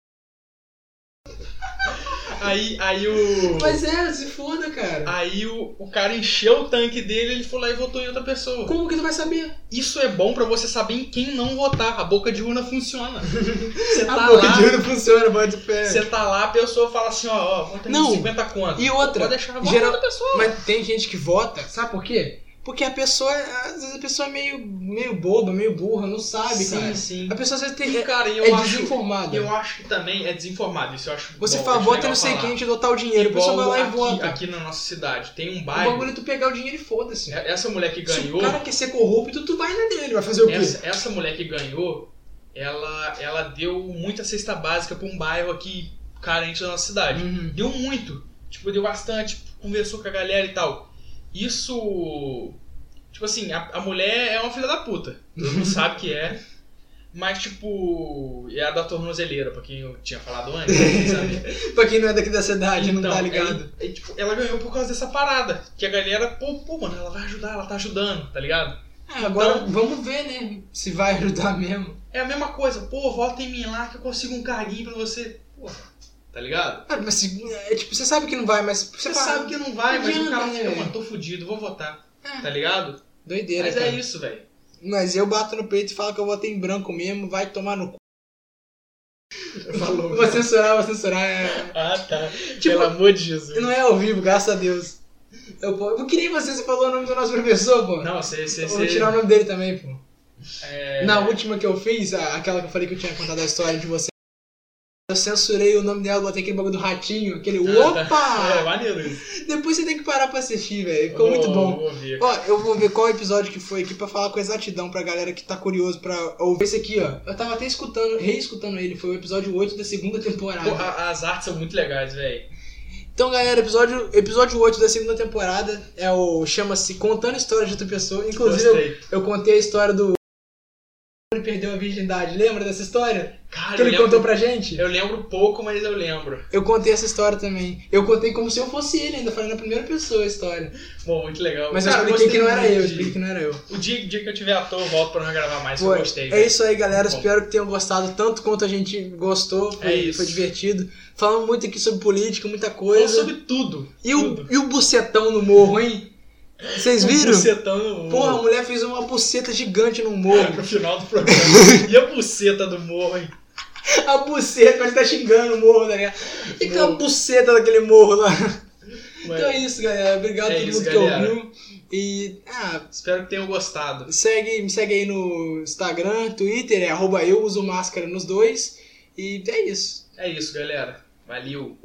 Speaker 2: Aí, aí o.
Speaker 1: Mas é, se foda, cara.
Speaker 2: Aí o, o cara encheu o tanque dele, ele foi lá e votou em outra pessoa.
Speaker 1: Como que tu vai saber?
Speaker 2: Isso é bom pra você saber em quem não votar. A boca de urna funciona. Você tá
Speaker 1: A boca de
Speaker 2: lá,
Speaker 1: ouro funciona, bota pé.
Speaker 2: você tá lá, a pessoa fala assim, ó, ó, vota em
Speaker 1: Não.
Speaker 2: 50 conto.
Speaker 1: E outra,
Speaker 2: Pode deixar, vota
Speaker 1: geral-
Speaker 2: outra pessoa.
Speaker 1: mas tem gente que vota, sabe por quê? Porque a pessoa, às vezes a pessoa é meio, meio boba, meio burra, não sabe,
Speaker 2: sim,
Speaker 1: cara.
Speaker 2: sim.
Speaker 1: A pessoa às vezes tem,
Speaker 2: E,
Speaker 1: é,
Speaker 2: cara, eu
Speaker 1: é
Speaker 2: acho.
Speaker 1: desinformada.
Speaker 2: Eu acho que também é desinformado, isso eu acho.
Speaker 1: Você
Speaker 2: bom,
Speaker 1: fala,
Speaker 2: acho
Speaker 1: vota
Speaker 2: legal
Speaker 1: não sei
Speaker 2: falar.
Speaker 1: quem, te dou tal dinheiro. A pessoa vai lá e
Speaker 2: aqui,
Speaker 1: vota.
Speaker 2: Aqui na nossa cidade tem um
Speaker 1: O
Speaker 2: bairro.
Speaker 1: bagulho é tu pegar o dinheiro e foda-se.
Speaker 2: é- Essa mulher que
Speaker 1: Se
Speaker 2: ganhou. É
Speaker 1: o cara quer ser corrupto, tu vai na dele, vai fazer o quê?
Speaker 2: Essa, essa mulher que ganhou, ela, ela deu muita cesta básica pra um bairro aqui carente da nossa cidade.
Speaker 1: Uhum.
Speaker 2: Deu muito. Tipo, deu bastante, conversou com a galera e tal. Isso. Tipo assim, a, a mulher é uma filha da puta. Todo mundo sabe que é. Mas, tipo, é a da tornozeleira, pra quem eu tinha falado antes, sabe?
Speaker 1: Pra quem não é daqui da cidade, não
Speaker 2: Então,
Speaker 1: tá ligado.
Speaker 2: aí- aí, tipo, ela ganhou por causa dessa parada. Que a galera, pô, pô, mano, ela vai ajudar, ela tá ajudando, tá ligado?
Speaker 1: Ah, agora
Speaker 2: então-
Speaker 1: vamos ver, né? Se vai ajudar mesmo.
Speaker 2: É a mesma coisa, pô, vota em mim lá que eu consigo um carguinho pra você. Pô, tá ligado?
Speaker 1: Cara, mas se- é, tipo, você sabe que não vai, mas
Speaker 2: Você sabe que não vai,
Speaker 1: não
Speaker 2: mas o cara
Speaker 1: adianta,
Speaker 2: fica,
Speaker 1: né?
Speaker 2: mano, tô fudido, vou votar.
Speaker 1: É. tá-
Speaker 2: Tá ligado?
Speaker 1: Doideira,
Speaker 2: Mas
Speaker 1: cara.
Speaker 2: é isso, velho.
Speaker 1: Mas eu bato no peito e falo que eu votei em branco mesmo, vai tomar no cu.
Speaker 2: Falou.
Speaker 1: Vou censurar, vou censurar. é-
Speaker 2: Ah, tá.
Speaker 1: Tipo,
Speaker 2: amor de Jesus.
Speaker 1: Não é ao vivo, graças a Deus. Eu, pô, eu queria você, você falou o nome do nosso professor, pô.
Speaker 2: Não, você. você,
Speaker 1: eu
Speaker 2: você
Speaker 1: vou tirar o nome dele também, pô.
Speaker 2: é...
Speaker 1: Na última que eu fiz, a- aquela que eu falei que eu tinha contado a história de você, eu censurei o nome dela, botei aquele bagulho do ratinho, aquele
Speaker 2: Ah, tá. É,
Speaker 1: opa!
Speaker 2: maneiro isso.
Speaker 1: Depois você tem que parar pra assistir, velho. Ficou
Speaker 2: Vou-
Speaker 1: muito bom.
Speaker 2: Vou ver.
Speaker 1: Ó, eu vou ver qual episódio que foi aqui pra falar com exatidão pra galera que tá curioso pra ouvir esse aqui, ó. Eu tava até escutando, reescutando ele, foi o episódio 8 da segunda temporada.
Speaker 2: Pô, a- as artes são muito legais, velho.
Speaker 1: Então, galera, episódio, episódio 8 da segunda temporada é o. chama-se Contando Histórias de Outra Pessoa. Inclusive, eu,
Speaker 2: Gostei.
Speaker 1: eu contei a história do. Ele perdeu a virgindade, lembra dessa história?
Speaker 2: Cara,
Speaker 1: Que
Speaker 2: eu
Speaker 1: ele
Speaker 2: lembro-
Speaker 1: contou pra gente?
Speaker 2: Eu lembro pouco, mas eu lembro.
Speaker 1: Eu contei essa história também. Eu contei como se eu fosse ele, ainda falei na primeira pessoa a história.
Speaker 2: Bom, muito legal.
Speaker 1: Mas
Speaker 2: Cara,
Speaker 1: eu expliquei
Speaker 2: gostei
Speaker 1: que não era
Speaker 2: muito
Speaker 1: eu, eu
Speaker 2: de-
Speaker 1: expliquei que não era eu.
Speaker 2: O dia, dia que eu tiver ator, eu volto pra não gravar mais, que
Speaker 1: Foi.
Speaker 2: eu gostei.
Speaker 1: É
Speaker 2: velho.
Speaker 1: isso aí, galera.
Speaker 2: Bom.
Speaker 1: Espero que tenham gostado tanto quanto a gente gostou. Foi,
Speaker 2: É isso.
Speaker 1: foi divertido. Falamos muito aqui sobre política, muita
Speaker 2: Falou
Speaker 1: coisa.
Speaker 2: sobre tudo.
Speaker 1: E, o,
Speaker 2: tudo.
Speaker 1: e o bucetão no morro, hein? Vocês viram?
Speaker 2: Bucetando o
Speaker 1: Porra, um a
Speaker 2: morro.
Speaker 1: mulher fez uma buceta gigante no morro.
Speaker 2: No final do programa. e a buceta do morro, hein?
Speaker 1: A buceta, parece que tá xingando o morro, tá ligado? E aquela
Speaker 2: Morro.
Speaker 1: buceta daquele morro lá.
Speaker 2: Mas
Speaker 1: Então é isso, galera. Obrigado
Speaker 2: É
Speaker 1: a todo
Speaker 2: isso,
Speaker 1: mundo
Speaker 2: galera.
Speaker 1: que ouviu. E, ah,
Speaker 2: Espero que tenham gostado.
Speaker 1: segue, me segue aí no Instagram, Twitter, é arroba eu uso máscara nos dois. E é isso.
Speaker 2: É isso, galera. Valeu.